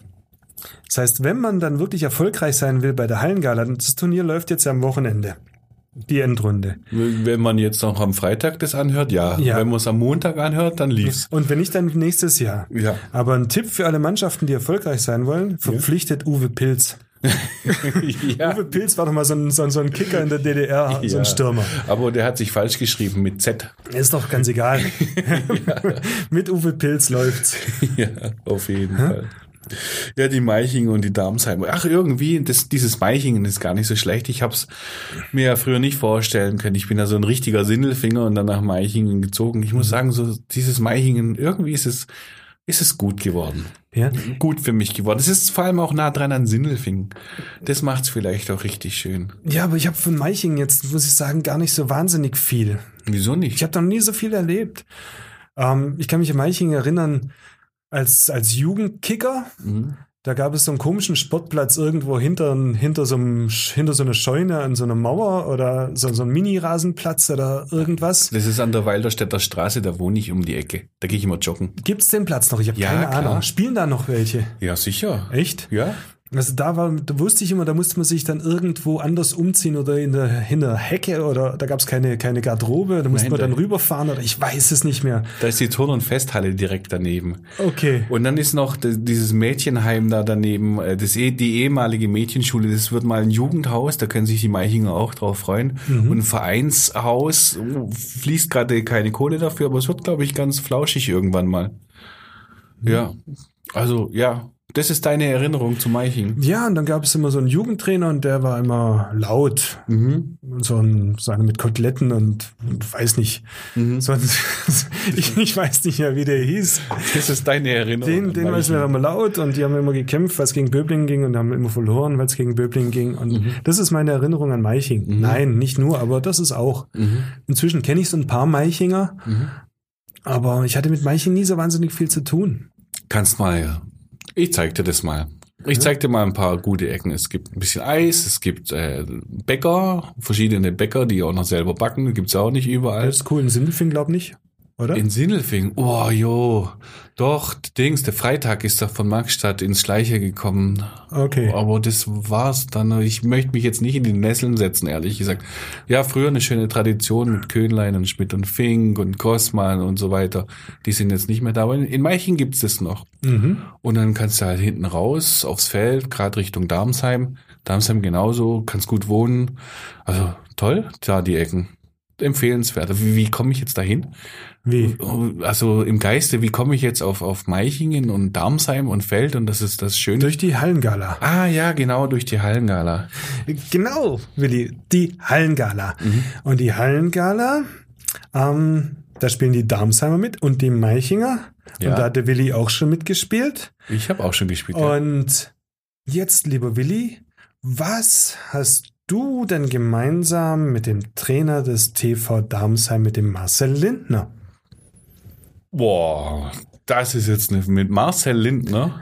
S2: Das heißt, wenn man dann wirklich erfolgreich sein will bei der Hallengala, das Turnier läuft jetzt ja am Wochenende. Die Endrunde.
S3: Wenn man jetzt noch am Freitag das anhört, ja.
S2: Ja.
S3: Wenn man es am Montag anhört, dann lief's.
S2: Und wenn nicht, dann nächstes Jahr.
S3: Ja.
S2: Aber ein Tipp für alle Mannschaften, die erfolgreich sein wollen, verpflichtet Uwe Pilz.
S3: ja.
S2: Uwe Pilz war doch mal so ein, so ein, so ein Kicker in der DDR, so
S3: Ja.
S2: ein Stürmer.
S3: Aber der hat sich falsch geschrieben mit Z.
S2: Ist doch ganz egal. Mit Uwe Pilz läuft's.
S3: ja, auf jeden Fall. Ja, die Meichingen und die Darmsheimer. Ach, irgendwie, das, dieses Meichingen ist gar nicht so schlecht. Ich hab's mir ja früher nicht vorstellen können. Ich bin da so ein richtiger Sindelfinger und dann nach Meichingen gezogen. Ich muss sagen, so dieses Meichingen, irgendwie ist es, ist es gut geworden.
S2: Ja.
S3: Gut für mich geworden. Es ist vor allem auch nah dran an Sindelfingen. Das macht's vielleicht auch richtig schön.
S2: ja, aber ich habe von Meichingen jetzt, muss ich sagen, gar nicht so wahnsinnig viel.
S3: Wieso nicht?
S2: Ich habe noch nie so viel erlebt. Ähm, ich kann mich an Meichingen erinnern, als, als Jugendkicker,
S3: Mhm.
S2: da gab es so einen komischen Sportplatz irgendwo hinter, hinter, so, einem, Sch- hinter so einer Scheune an so einer Mauer oder so, so einem Mini-Rasenplatz oder irgendwas.
S3: Das ist an der Walderstädter Straße, da wohne ich um die Ecke. Da gehe ich immer joggen.
S2: Gibt's den Platz noch? Ich habe
S3: Ja,
S2: keine
S3: klar.
S2: Ahnung. Spielen da noch welche?
S3: Ja, sicher.
S2: Echt?
S3: Ja,
S2: Also da war, da wusste ich immer, da musste man sich dann irgendwo anders umziehen oder in der, in der Hecke oder da gab es keine, keine Garderobe, da musste
S3: Nein,
S2: man
S3: da-
S2: dann rüberfahren oder ich weiß es nicht mehr.
S3: da ist die Turn- und Festhalle direkt daneben.
S2: Okay.
S3: Und dann ist noch d- dieses Mädchenheim da daneben, äh, das, eh- die ehemalige Mädchenschule, das wird mal ein Jugendhaus, da können sich die Meichinger auch drauf freuen.
S2: Mhm.
S3: Und ein Vereinshaus, oh, fließt gerade keine Kohle dafür, aber es wird, glaube ich, ganz flauschig irgendwann mal.
S2: Mhm.
S3: Ja, also ja, das ist deine Erinnerung zu Meichingen.
S2: Ja, und dann gab es immer so einen Jugendtrainer und der war immer laut.
S3: Mhm.
S2: So ein, so einer mit Koteletten und, und weiß nicht.
S3: Mhm.
S2: So ein, ich, ich weiß nicht mehr, wie der hieß.
S3: Das ist deine Erinnerung.
S2: Den,
S3: an
S2: den weiß man
S3: Meichingen.
S2: war immer laut und die haben immer gekämpft, was gegen Böblingen ging und haben immer verloren, weil es gegen Böblingen ging. Und
S3: Mhm.
S2: das ist meine Erinnerung an Meiching. Nein, nicht nur, aber das ist auch.
S3: Mhm.
S2: Inzwischen kenne ich so ein paar Meichinger, aber ich hatte mit Meiching nie so wahnsinnig viel zu tun.
S3: Kannst mal. Ich zeig dir das mal. Ich zeig dir mal ein paar gute Ecken. Es gibt ein bisschen Eis, es gibt äh, Bäcker, verschiedene Bäcker, die auch noch selber backen. Gibt's auch nicht überall.
S2: Das ist cool, in Sindelfing glaube ich nicht, oder?
S3: In Sindelfingen. Oh, jo. Doch, Dings, der Freitag ist doch von Markstadt ins Schleiche gekommen.
S2: okay.
S3: Aber das war's dann. Ich möchte mich jetzt nicht in die Nesseln setzen, ehrlich gesagt. Ja, früher eine schöne Tradition mit Köhnlein und Schmidt und Fink und Kossmann und so weiter. Die sind jetzt nicht mehr da, aber in- in Meichen gibt's das noch.
S2: Mhm.
S3: Und dann kannst du halt hinten raus aufs Feld, gerade Richtung Darmsheim. Darmsheim genauso, kannst gut wohnen. Also toll, da die Ecken. empfehlenswert. Wie, wie komme ich jetzt dahin?
S2: Wie?
S3: Also im Geiste, wie komme ich jetzt auf, auf Meichingen und Darmsheim und Feld und das ist das Schöne?
S2: Durch die Hallengala.
S3: ah ja, genau, durch die Hallengala.
S2: Genau, Willi, die Hallengala.
S3: Mhm.
S2: Und die Hallengala, ähm, da spielen die Darmsheimer mit und die Meichinger.
S3: Ja.
S2: Und da hat der Willi auch schon mitgespielt.
S3: Ich habe auch schon gespielt. ja.
S2: Und jetzt, lieber Willi, was hast du denn gemeinsam mit dem Trainer des TV Darmsheim, mit dem Marcel Lindner?
S3: Boah, das ist jetzt eine, mit Marcel Lindner.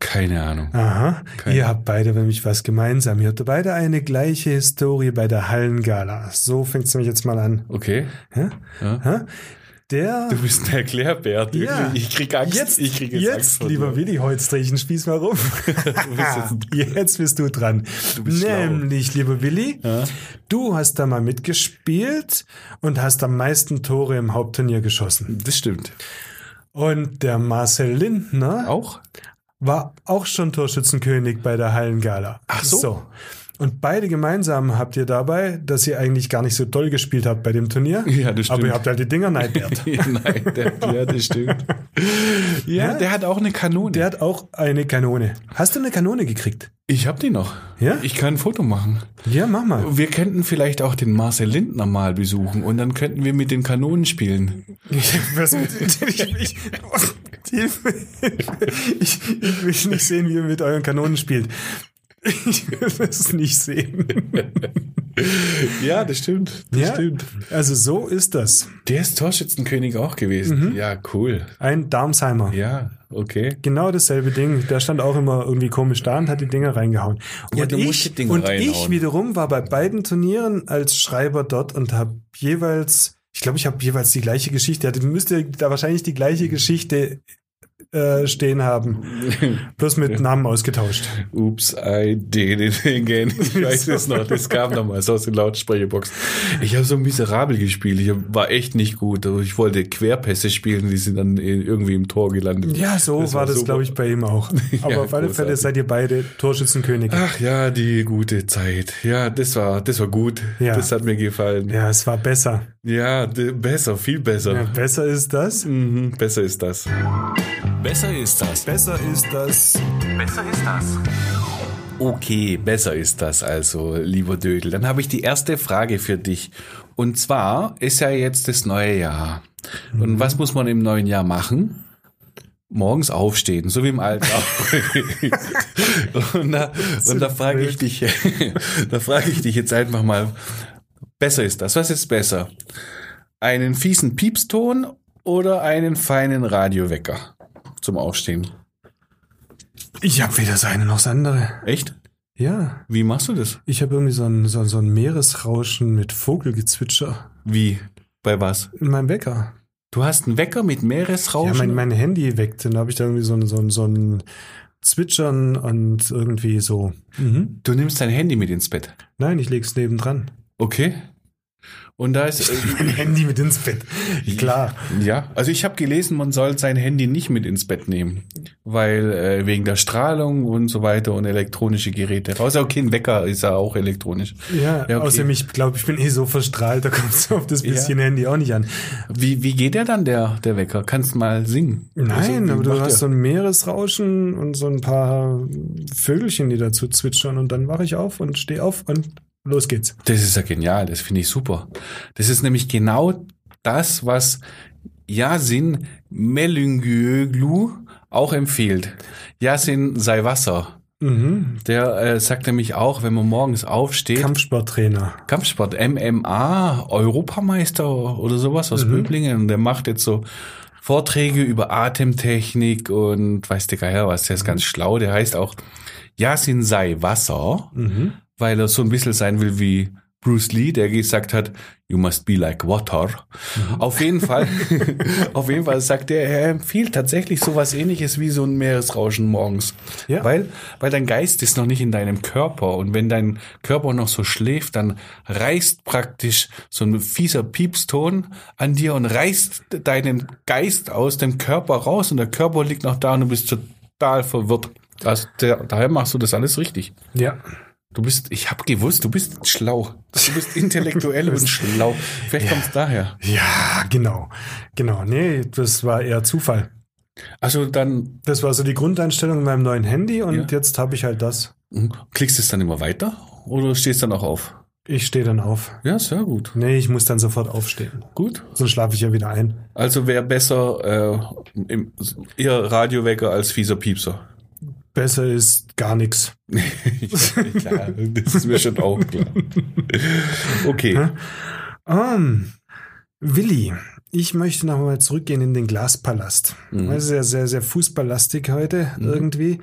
S3: Keine Ahnung.
S2: Aha,
S3: Keine.
S2: ihr habt beide nämlich was gemeinsam. Ihr habt beide eine gleiche Historie bei der Hallengala. So fängt's nämlich jetzt mal an.
S3: Okay.
S2: Ja?
S3: Ja.
S2: Ja? Der
S3: Du bist ein Erklärbär. Du-
S2: Ja.
S3: Ich krieg Angst.
S2: Jetzt,
S3: ich krieg
S2: jetzt
S3: Angst vor
S2: lieber
S3: dir.
S2: Willi, heute drehe ich den Spieß mal rum.
S3: bist
S2: jetzt, bist du dran.
S3: bist schlau.
S2: Nämlich, lieber Willi, du hast da mal mitgespielt und hast am meisten Tore im Hauptturnier geschossen.
S3: Das stimmt.
S2: Und der Marcel Lindner
S3: Auch?
S2: war auch schon Torschützenkönig bei der Hallengala. Ach
S3: so.
S2: Und beide gemeinsam habt ihr dabei, dass ihr eigentlich gar nicht so toll gespielt habt bei dem Turnier.
S3: Ja, das
S2: Aber
S3: stimmt.
S2: ihr habt halt die Dinger neidwert.
S3: Ja, Nein, der, ja, das stimmt. Ja, der hat auch eine Kanone.
S2: Der hat auch eine Kanone. Hast du eine Kanone gekriegt?
S3: ich habe die noch.
S2: Ja?
S3: Ich kann ein Foto machen.
S2: Ja, mach mal.
S3: Wir könnten vielleicht auch den Marcel Lindner mal besuchen und dann könnten wir mit den Kanonen spielen.
S2: Was, ich, ich, Hilfe. Ich, ich will nicht sehen, wie ihr mit euren Kanonen spielt. Ich will es nicht sehen.
S3: Ja, das stimmt. Das
S2: Ja, also so ist das.
S3: Der ist Torschützenkönig auch gewesen. Ja, cool.
S2: Ein Darmsheimer.
S3: Ja, okay.
S2: Genau dasselbe Ding. Der stand auch immer irgendwie komisch da und hat die Dinger reingehauen. Und
S3: Ja, du
S2: ich,
S3: musst die Dinger
S2: und ich
S3: reinhauen.
S2: wiederum war bei beiden Turnieren als Schreiber dort und habe jeweils, ich glaube, ich habe jeweils die gleiche Geschichte. Ja, die Müsste da wahrscheinlich die gleiche Geschichte äh, stehen haben. Bloß mit Namen ausgetauscht.
S3: Oops, I did it again. Ich weiß es noch. Das kam damals aus den Lautsprecherboxen. Ich habe so miserabel gespielt. Ich hab- war echt nicht gut. Also Ich wollte Querpässe spielen, die sind dann in- irgendwie im Tor gelandet.
S2: Ja, so war,
S3: war
S2: das,
S3: super.
S2: glaube ich, bei ihm auch. Aber auf alle
S3: großartig.
S2: Fälle seid ihr beide Torschützenkönige.
S3: Ach ja, die gute Zeit. Ja, das war, das war gut.
S2: Ja.
S3: Das hat mir gefallen. Ja,
S2: Ja, es war besser.
S3: d- besser, viel
S2: Ja,
S3: besser.
S2: besser ist das.
S3: Mhm, besser ist das.
S1: Besser ist das.
S2: Besser ist das.
S3: Okay, besser ist das also, lieber Dödel. Dann habe ich die erste Frage für dich. Und zwar ist ja jetzt das neue Jahr. Und was muss man im neuen Jahr machen? Morgens aufstehen, so wie im Alten auch. und da, und da frage ich dich, da frage ich dich jetzt einfach mal, besser ist das? Was ist besser? Einen fiesen Piepston oder einen feinen Radiowecker zum Aufstehen?
S2: Ich habe weder das eine noch das andere.
S3: Echt?
S2: Ja,
S3: Wie machst du das?
S2: ich habe irgendwie so ein, so, so ein Meeresrauschen mit Vogelgezwitscher
S3: Wie? Bei was?
S2: in meinem Wecker.
S3: Du hast einen Wecker mit
S2: Ja, mein,
S3: Meeresrauschen?
S2: mein Handy weckt, dann habe ich da irgendwie so ein, so, ein, so ein Zwitschern und irgendwie so. Mhm.
S3: du nimmst dein Handy mit ins Bett.
S2: Nein, ich leg's nebendran.
S3: Okay. Und da ist.
S2: Mein Handy mit ins Bett. Klar.
S3: ja, also ich habe gelesen, man soll sein Handy nicht mit ins Bett nehmen. Weil äh, wegen der Strahlung und so weiter und elektronische Geräte. Außer okay, ein Wecker ist ja auch elektronisch.
S2: Ja,
S3: Ja, okay.
S2: außerdem, ich glaube, ich bin eh so verstrahlt, da kommt so auf das bisschen Handy auch nicht an.
S3: Wie, wie geht der dann, der, der Wecker? Kannst mal singen?
S2: Nein,
S3: Also, wie
S2: aber du
S3: macht
S2: hast
S3: der?
S2: so ein Meeresrauschen und so ein paar Vögelchen, die dazu zwitschern und dann wache ich auf und stehe auf und los geht's.
S3: Das ist ja genial, das finde ich super. Das ist nämlich genau das, was Yasin Melungyöglu auch empfiehlt. Yasin sei Wasser.
S2: Mhm.
S3: Der äh, sagt nämlich auch, wenn man morgens aufsteht,
S2: Kampfsporttrainer.
S3: Kampfsport, MMA, Europameister oder sowas aus Böblingen. Und der macht jetzt so Vorträge über Atemtechnik und weiß der Geier was. Der ist ganz schlau. Der heißt auch Yasin sei Wasser,
S2: Mhm.
S3: weil er so ein bisschen sein will wie Bruce Lee, der gesagt hat, you must be like water. Auf jeden Fall, auf jeden Fall sagt er, er empfiehlt tatsächlich sowas ähnliches wie so ein Meeresrauschen morgens.
S2: Ja.
S3: Weil weil dein Geist ist noch nicht in deinem Körper und wenn dein Körper noch so schläft, dann reißt praktisch so ein fieser Piepston an dir und reißt deinen Geist aus dem Körper raus und der Körper liegt noch da und du bist total verwirrt. Also der, daher machst du das alles richtig.
S2: Ja.
S3: Du bist, ich habe gewusst, du bist schlau. Du bist intellektuell und schlau. Vielleicht kommt's daher.
S2: Ja, genau. Genau. Nee, das war eher Zufall.
S3: Also dann
S2: Das war so die Grundeinstellung in meinem neuen Handy und
S3: Ja.
S2: jetzt habe ich halt das.
S3: hm, klickst du es dann immer weiter oder stehst dann auch auf?
S2: Ich stehe dann auf.
S3: Ja, sehr gut.
S2: Nee, ich muss dann sofort aufstehen.
S3: Gut.
S2: Sonst schlafe ich ja wieder ein.
S3: Also wäre besser äh, im, eher Radiowecker als fieser Piepser.
S2: Besser ist gar nichts.
S3: klar, das ist mir schon auch klar. Okay.
S2: Um, Willi, ich möchte nochmal zurückgehen in den Glaspalast. Das ist ja sehr, sehr fußballlastig heute irgendwie.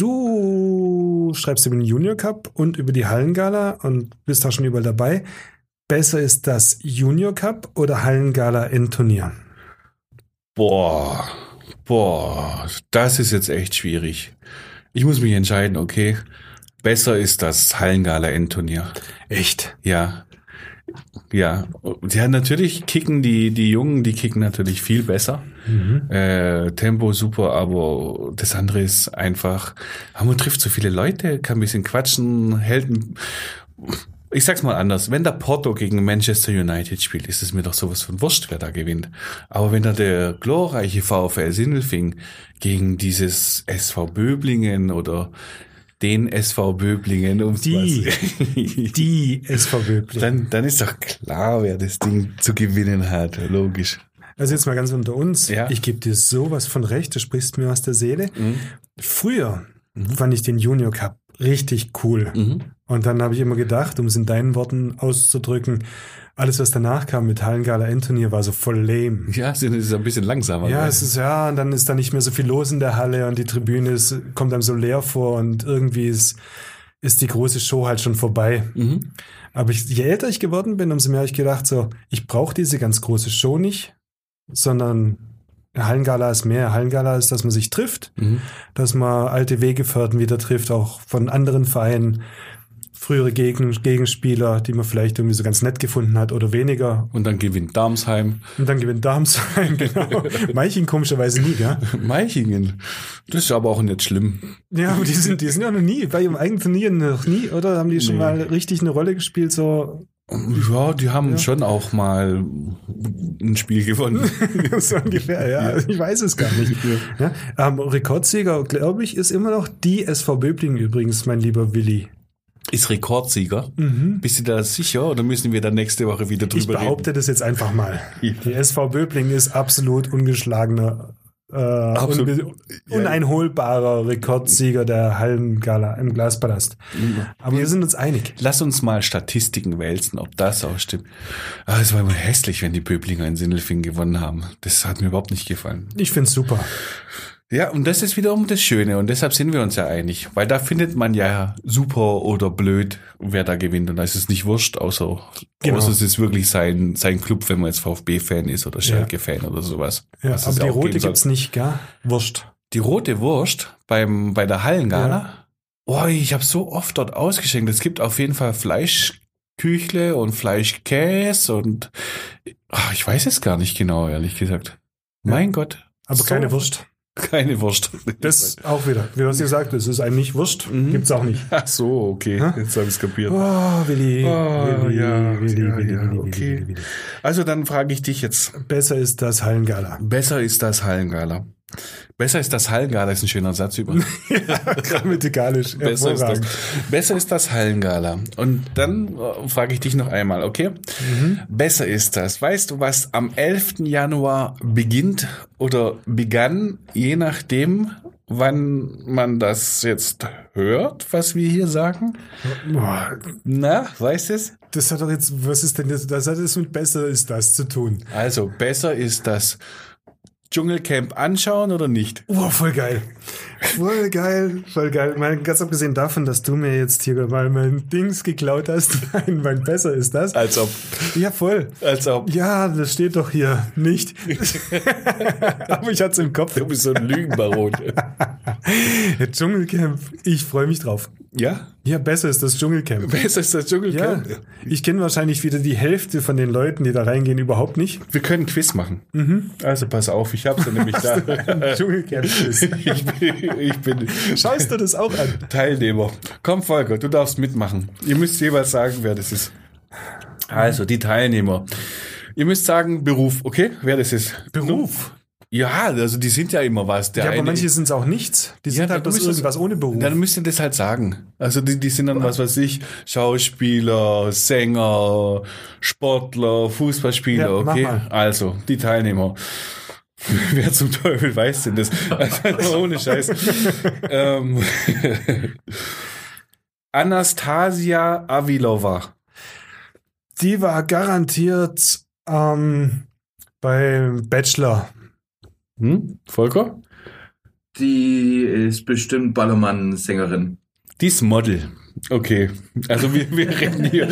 S2: Du schreibst über den Junior Cup und über die Hallengala und bist da schon überall dabei. Besser ist das Junior Cup oder Hallengala in Turnier?
S3: Boah, boah, das ist jetzt echt schwierig. Ich muss mich entscheiden, okay. Besser ist das Hallengala-Endturnier.
S2: Echt?
S3: Ja. Ja. Ja, natürlich kicken die, die Jungen, die kicken natürlich viel besser. Äh, Tempo super, aber das andere ist einfach, ah, man trifft so viele Leute, kann ein bisschen quatschen, hält ein, ich sag's mal anders, wenn der Porto gegen Manchester United spielt, ist es mir doch sowas von wurscht, wer da gewinnt. Aber wenn da der glorreiche VfL Sindelfing gegen dieses SV Böblingen oder den SV Böblingen um
S2: Die. Die ist verwöblich.
S3: dann, dann ist doch klar, wer das Ding zu gewinnen hat. Logisch.
S2: Also jetzt mal ganz unter uns.
S3: Ja. Mhm.
S2: Ich gebe dir sowas von recht, du sprichst mir aus der Seele. Früher fand ich den Junior Cup richtig cool.
S3: Mhm.
S2: Und dann habe ich immer gedacht, um es in deinen Worten auszudrücken, alles, was danach kam mit Hallengala Endturnier, war so voll lame.
S3: Ja, es ist ein bisschen langsamer.
S2: Ja,
S3: gell?
S2: es ist ja, und dann ist da nicht mehr so viel los in der Halle und die Tribüne ist, kommt einem so leer vor und irgendwie ist, ist die große Show halt schon vorbei.
S3: Mhm.
S2: Aber ich, je älter ich geworden bin, umso mehr habe ich gedacht, so, ich brauche diese ganz große Show nicht, sondern Hallengala ist mehr. Hallengala ist, dass man sich trifft,
S3: Mhm.
S2: dass man alte Wegefährten wieder trifft, auch von anderen Vereinen, frühere Gegen Gegenspieler, die man vielleicht irgendwie so ganz nett gefunden hat oder weniger.
S3: Und dann gewinnt Darmsheim.
S2: Und dann gewinnt Darmsheim, genau. Meichen komischerweise nie, gell?
S3: Meichingen. Das ist aber auch nicht schlimm.
S2: Ja, aber die sind, die sind ja noch nie, bei ihrem eigenen Turnier noch nie, oder? Haben die schon
S3: Nee.
S2: mal richtig eine Rolle gespielt, so,
S3: Ja, die haben
S2: Ja.
S3: schon auch mal ein Spiel gewonnen.
S2: so ungefähr, ja. Also Ich weiß es gar nicht. Ja, ähm, Rekordsieger, glaube ich, ist immer noch die SV Böblingen übrigens, mein lieber Willi.
S3: Ist Rekordsieger. Bist du da sicher oder müssen wir dann nächste Woche wieder drüber
S2: Ich behaupte das jetzt einfach mal. Die SV Böblingen ist absolut ungeschlagener, äh,
S3: Absolut.
S2: unbe- uneinholbarer Rekordsieger der Hallengala im Glaspalast. Aber wir sind uns einig.
S3: reden? Lass uns mal Statistiken wälzen, ob das auch stimmt. Ah, es war immer hässlich, wenn die Böblinger in Sindelfingen gewonnen haben. Das hat mir überhaupt nicht gefallen.
S2: Ich finde es super.
S3: Ja, und das ist wiederum das Schöne und deshalb sind wir uns ja einig, weil da findet man ja super oder blöd, wer da gewinnt und da ist es nicht wurscht, außer,
S2: Genau.
S3: außer es ist wirklich sein, sein Club, wenn man jetzt VfB-Fan ist oder Schalke-Fan oder sowas.
S2: Ja,
S3: Was es
S2: aber die
S3: auch
S2: rote
S3: geben soll.
S2: gibt's nicht, gell? Wurscht.
S3: Die rote Wurst beim, bei der Hallengala, oh, ich habe so oft dort ausgeschenkt, es gibt auf jeden Fall Fleischküchle und Fleischkäse und ach, ich weiß es gar nicht genau, ehrlich gesagt. Mein Gott.
S2: Aber
S3: So-
S2: keine Wurst.
S3: Keine Wurst.
S2: Das auch wieder. Wie du es gesagt hast, es ist einem nicht Wurscht.
S3: Mhm.
S2: Gibt's auch nicht.
S3: Ach so, okay.
S2: Hä?
S3: Jetzt habe ich es kapiert.
S2: Oh, Willi.
S3: Oh,
S2: Willi,
S3: ja,
S2: Willi,
S3: ja,
S2: Willi,
S3: ja,
S2: Willi,
S3: okay.
S2: Willi, Willi.
S3: Also dann frage ich dich jetzt.
S2: Besser ist das Hallengala.
S3: Besser ist das Hallengala. Besser ist das Hallengala ist ein schöner Satz über.
S2: Grammatikalisch.
S3: Besser ist, das,
S2: hervorragend.
S3: besser ist das Hallengala. Und dann äh, frage ich dich noch einmal, okay?
S2: Mhm.
S3: Besser ist das. Weißt du, was am 11. Januar beginnt oder begann, je nachdem, wann man das jetzt hört, was wir hier sagen?
S2: Boah,
S3: Na, weißt du es?
S2: Das hat doch jetzt, was ist denn das? Das hat jetzt mit besser ist das zu tun.
S3: Also, besser ist das Dschungelcamp anschauen oder nicht?
S2: Oh, voll geil. Voll geil, voll geil. Mal ganz abgesehen davon, dass du mir jetzt hier mal mein Dings geklaut hast. Nein, mein besser ist das.
S3: Als ob.
S2: Ja, voll.
S3: Als ob.
S2: Ja, das steht doch hier nicht. Aber ich hatte es im Kopf.
S3: Du bist so ein Lügenbaron.
S2: Der Dschungelcamp, ich freue mich drauf.
S3: Ja?
S2: Ja, besser ist das Dschungelcamp.
S3: Besser ist das
S2: Ja,
S3: Dschungelcamp.
S2: ich kenne wahrscheinlich wieder die Hälfte von den Leuten, die da reingehen, überhaupt nicht.
S3: Wir können ein Quiz machen. Also pass auf, ich hab's ja nämlich da.
S2: Dschungelcamp ist.
S3: ich bin, ich bin
S2: Schaust du das auch an?
S3: Teilnehmer. Komm, Volker, du darfst mitmachen. Ihr müsst jeweils sagen, wer das ist. Also, die Teilnehmer. Ihr müsst sagen, Beruf, okay? Wer das ist.
S2: Beruf.
S3: Ja, also die sind ja immer was. Der
S2: Ja, aber
S3: eine-
S2: manche sind es auch nichts. Die
S3: Ja,
S2: sind
S3: dann
S2: halt bloß
S3: müssen sie-
S2: irgendwas ohne Beruf.
S3: Dann müsst ihr das halt sagen. Also die, die sind dann, was weiß ich, Schauspieler, Sänger, Sportler, Fußballspieler,
S2: Ja, mach
S3: okay?
S2: mal.
S3: Also, die Teilnehmer. Wer zum Teufel weiß denn das? Also, ohne Scheiß. ähm, Anastasia Avilova.
S2: Die war garantiert ähm, beim Bachelor.
S3: Hm? Volker?
S4: Die ist bestimmt Ballermann-Sängerin.
S3: Die ist Model. Okay, also wir, wir reden hier.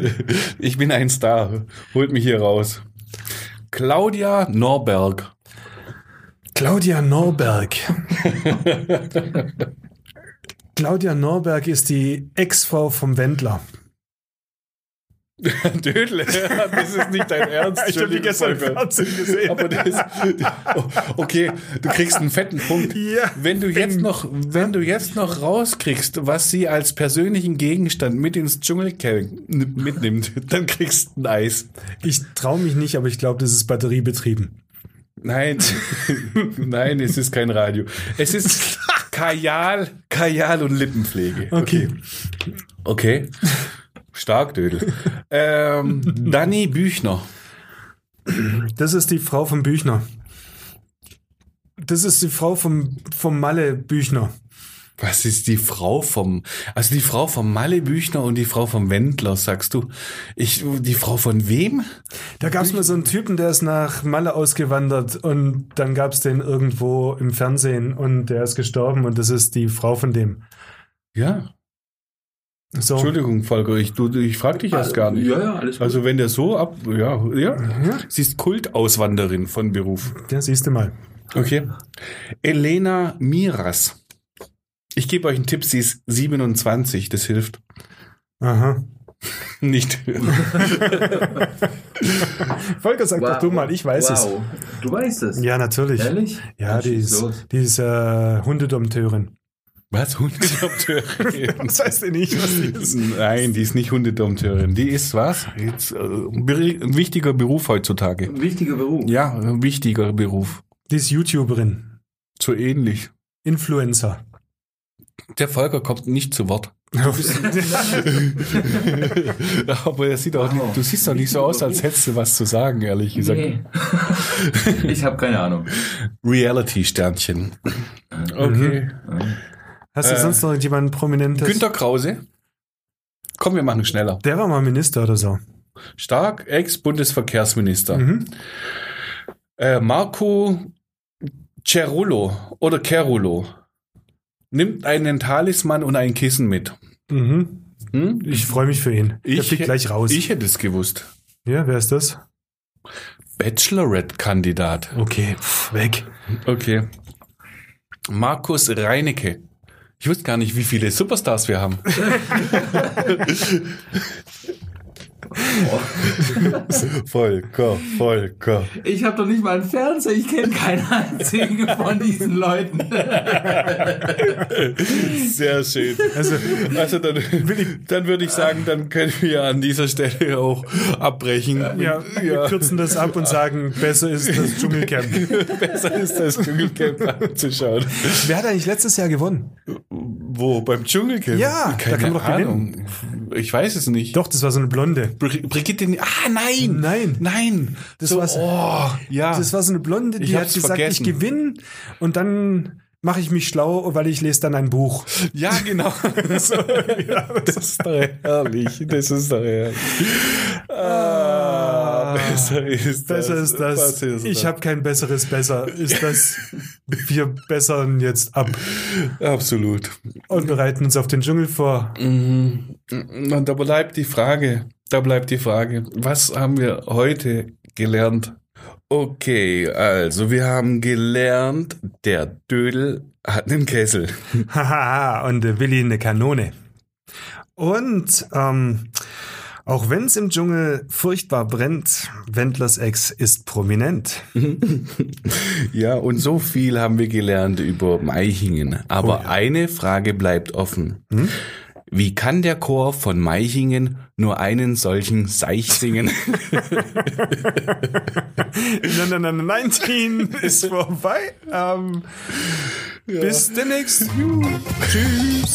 S3: Ich bin ein Star. Holt mich hier raus. Claudia Norberg.
S2: Claudia Norberg. Claudia Norberg ist die Ex-Frau vom Wendler.
S3: Dödel, das ist nicht dein Ernst. Entschuldigung, Volker.
S2: Fernsehen gesehen.
S3: Aber das, okay, du kriegst einen fetten Punkt.
S2: Ja.
S3: Wenn du jetzt noch, wenn du jetzt noch rauskriegst, was sie als persönlichen Gegenstand mit ins Dschungelcamp mitnimmt, dann kriegst du ein Eis.
S2: Ich traue mich nicht, aber ich glaube, das ist batteriebetrieben.
S3: Nein, nein, es ist kein Radio. Es ist Kajal, Kajal und Lippenpflege.
S2: Okay.
S3: Okay. Stark, Dödel. Ähm, Dani Büchner.
S2: Das ist die Frau von Büchner. Das ist die Frau vom, vom Malle Büchner.
S3: Was ist die Frau vom, also die Frau vom Malle Büchner und die Frau vom Wendler, sagst du? Ich, die Frau von wem?
S2: Da gab es mal so einen Typen, der ist nach Malle ausgewandert und dann gab es den irgendwo im Fernsehen und der ist gestorben und das ist die Frau von dem.
S3: Ja.
S2: So.
S3: Entschuldigung, Volker, ich, du, ich frag dich erst gar nicht.
S4: Äh, Ja, ja, alles gut.
S3: Also wenn der so ab, ja, ja. Sie ist Kultauswanderin von Beruf.
S2: Ja, siehst du mal.
S3: Okay. Elena Miras. Ich gebe euch einen Tipp, sie ist 27, das hilft.
S2: Aha.
S3: Nicht.
S2: Volker, sag doch du mal, ich weiß
S4: wow. es. Du weißt es.
S2: es. Ja, natürlich.
S4: Ehrlich?
S2: Ja,
S4: Dann
S2: die
S4: schieß
S2: ist,
S4: los.
S2: die ist äh, Hundedompteurin.
S3: Was? Hundedompteurin?
S2: Das heißt denn nicht, was die ist.
S3: Nein, die ist nicht Hundedompteurin. Die ist was? Jetzt, äh, beri- ein wichtiger Beruf heutzutage.
S4: Ein wichtiger Beruf.
S3: Ja, ein wichtiger Beruf.
S2: Die ist YouTuberin.
S3: So ähnlich.
S2: Influencer.
S3: Der Volker kommt nicht zu Wort. Aber er sieht auch
S4: Wow.
S3: nicht, du siehst doch nicht so aus, als hättest du was zu sagen, ehrlich gesagt.
S4: Nee. ich habe keine Ahnung.
S3: Reality-Sternchen.
S4: Mhm.
S3: Okay.
S2: Hast du
S3: Äh,
S2: sonst noch jemanden Prominentes?
S3: Günter Krause. Komm, wir machen schneller.
S2: Der war mal Minister oder so.
S3: Stark, Ex-Bundesverkehrsminister.
S2: Mhm.
S3: Äh, Marco Cerullo oder Cerullo nimmt einen Talisman und ein Kissen mit.
S2: Mhm.
S3: Hm?
S2: Ich freue mich für ihn. der fliegt
S3: hä-
S2: gleich raus.
S3: Ich hätte es gewusst.
S2: Ja, wer ist das?
S3: Bachelorette-Kandidat.
S2: Okay, pff, weg.
S3: Okay. Markus Reinecke. Ich wusste gar nicht, wie viele Superstars wir haben. Volker, Volker.
S4: Ich habe doch nicht mal einen Fernseher. Ich kenne keinen einzigen von diesen Leuten.
S3: Sehr schön. Also, dann, dann würde ich sagen, dann können wir an dieser Stelle auch abbrechen.
S2: Ja, wir kürzen das ab und sagen, besser ist das Dschungelcamp.
S3: Besser ist das Dschungelcamp anzuschauen.
S2: wer hat eigentlich letztes Jahr gewonnen?
S3: Wo? Beim Dschungelcamp?
S2: Ja, da
S3: Keine
S2: kann man doch
S3: Ahnung. Ich weiß es nicht.
S2: Doch, das war so eine Blonde.
S3: Bri- Brigitte. Ah, nein!
S2: Nein.
S3: Nein!
S2: Das
S3: so,
S2: war's.
S3: Oh, ja.
S2: Das war so eine Blonde,
S3: Ich
S2: die hat
S3: hab's
S2: gesagt,
S3: vergessen.
S2: ich gewinne und dann mache ich mich schlau, weil ich lese dann ein Buch.
S3: ja, genau. so, ja, das ist doch herrlich. Das ist doch herrlich. Ah, besser ist das.
S2: Besser ist das.
S3: Besser ist
S2: ich
S3: das.
S2: habe kein besseres Besser. Ist das. Wir bessern jetzt ab
S3: Absolut. Hm.
S2: und bereiten uns auf den Dschungel vor.
S3: Und da bleibt die Frage, da bleibt die Frage, was haben wir heute gelernt? Okay, also wir haben gelernt, der Dödel hat einen Kessel.
S2: Hahaha, und der äh, Willi eine Kanone. Und ähm, auch wenn es im Dschungel furchtbar brennt, Wendlers Ex ist prominent.
S3: Ja, und so viel haben wir gelernt über Meichingen. Aber eine Frage bleibt offen. Wie kann der Chor von Meichingen nur einen solchen Seich singen?
S2: Nein, nein, nein, 19 ist vorbei. Ähm, Bis demnächst. Tschüss.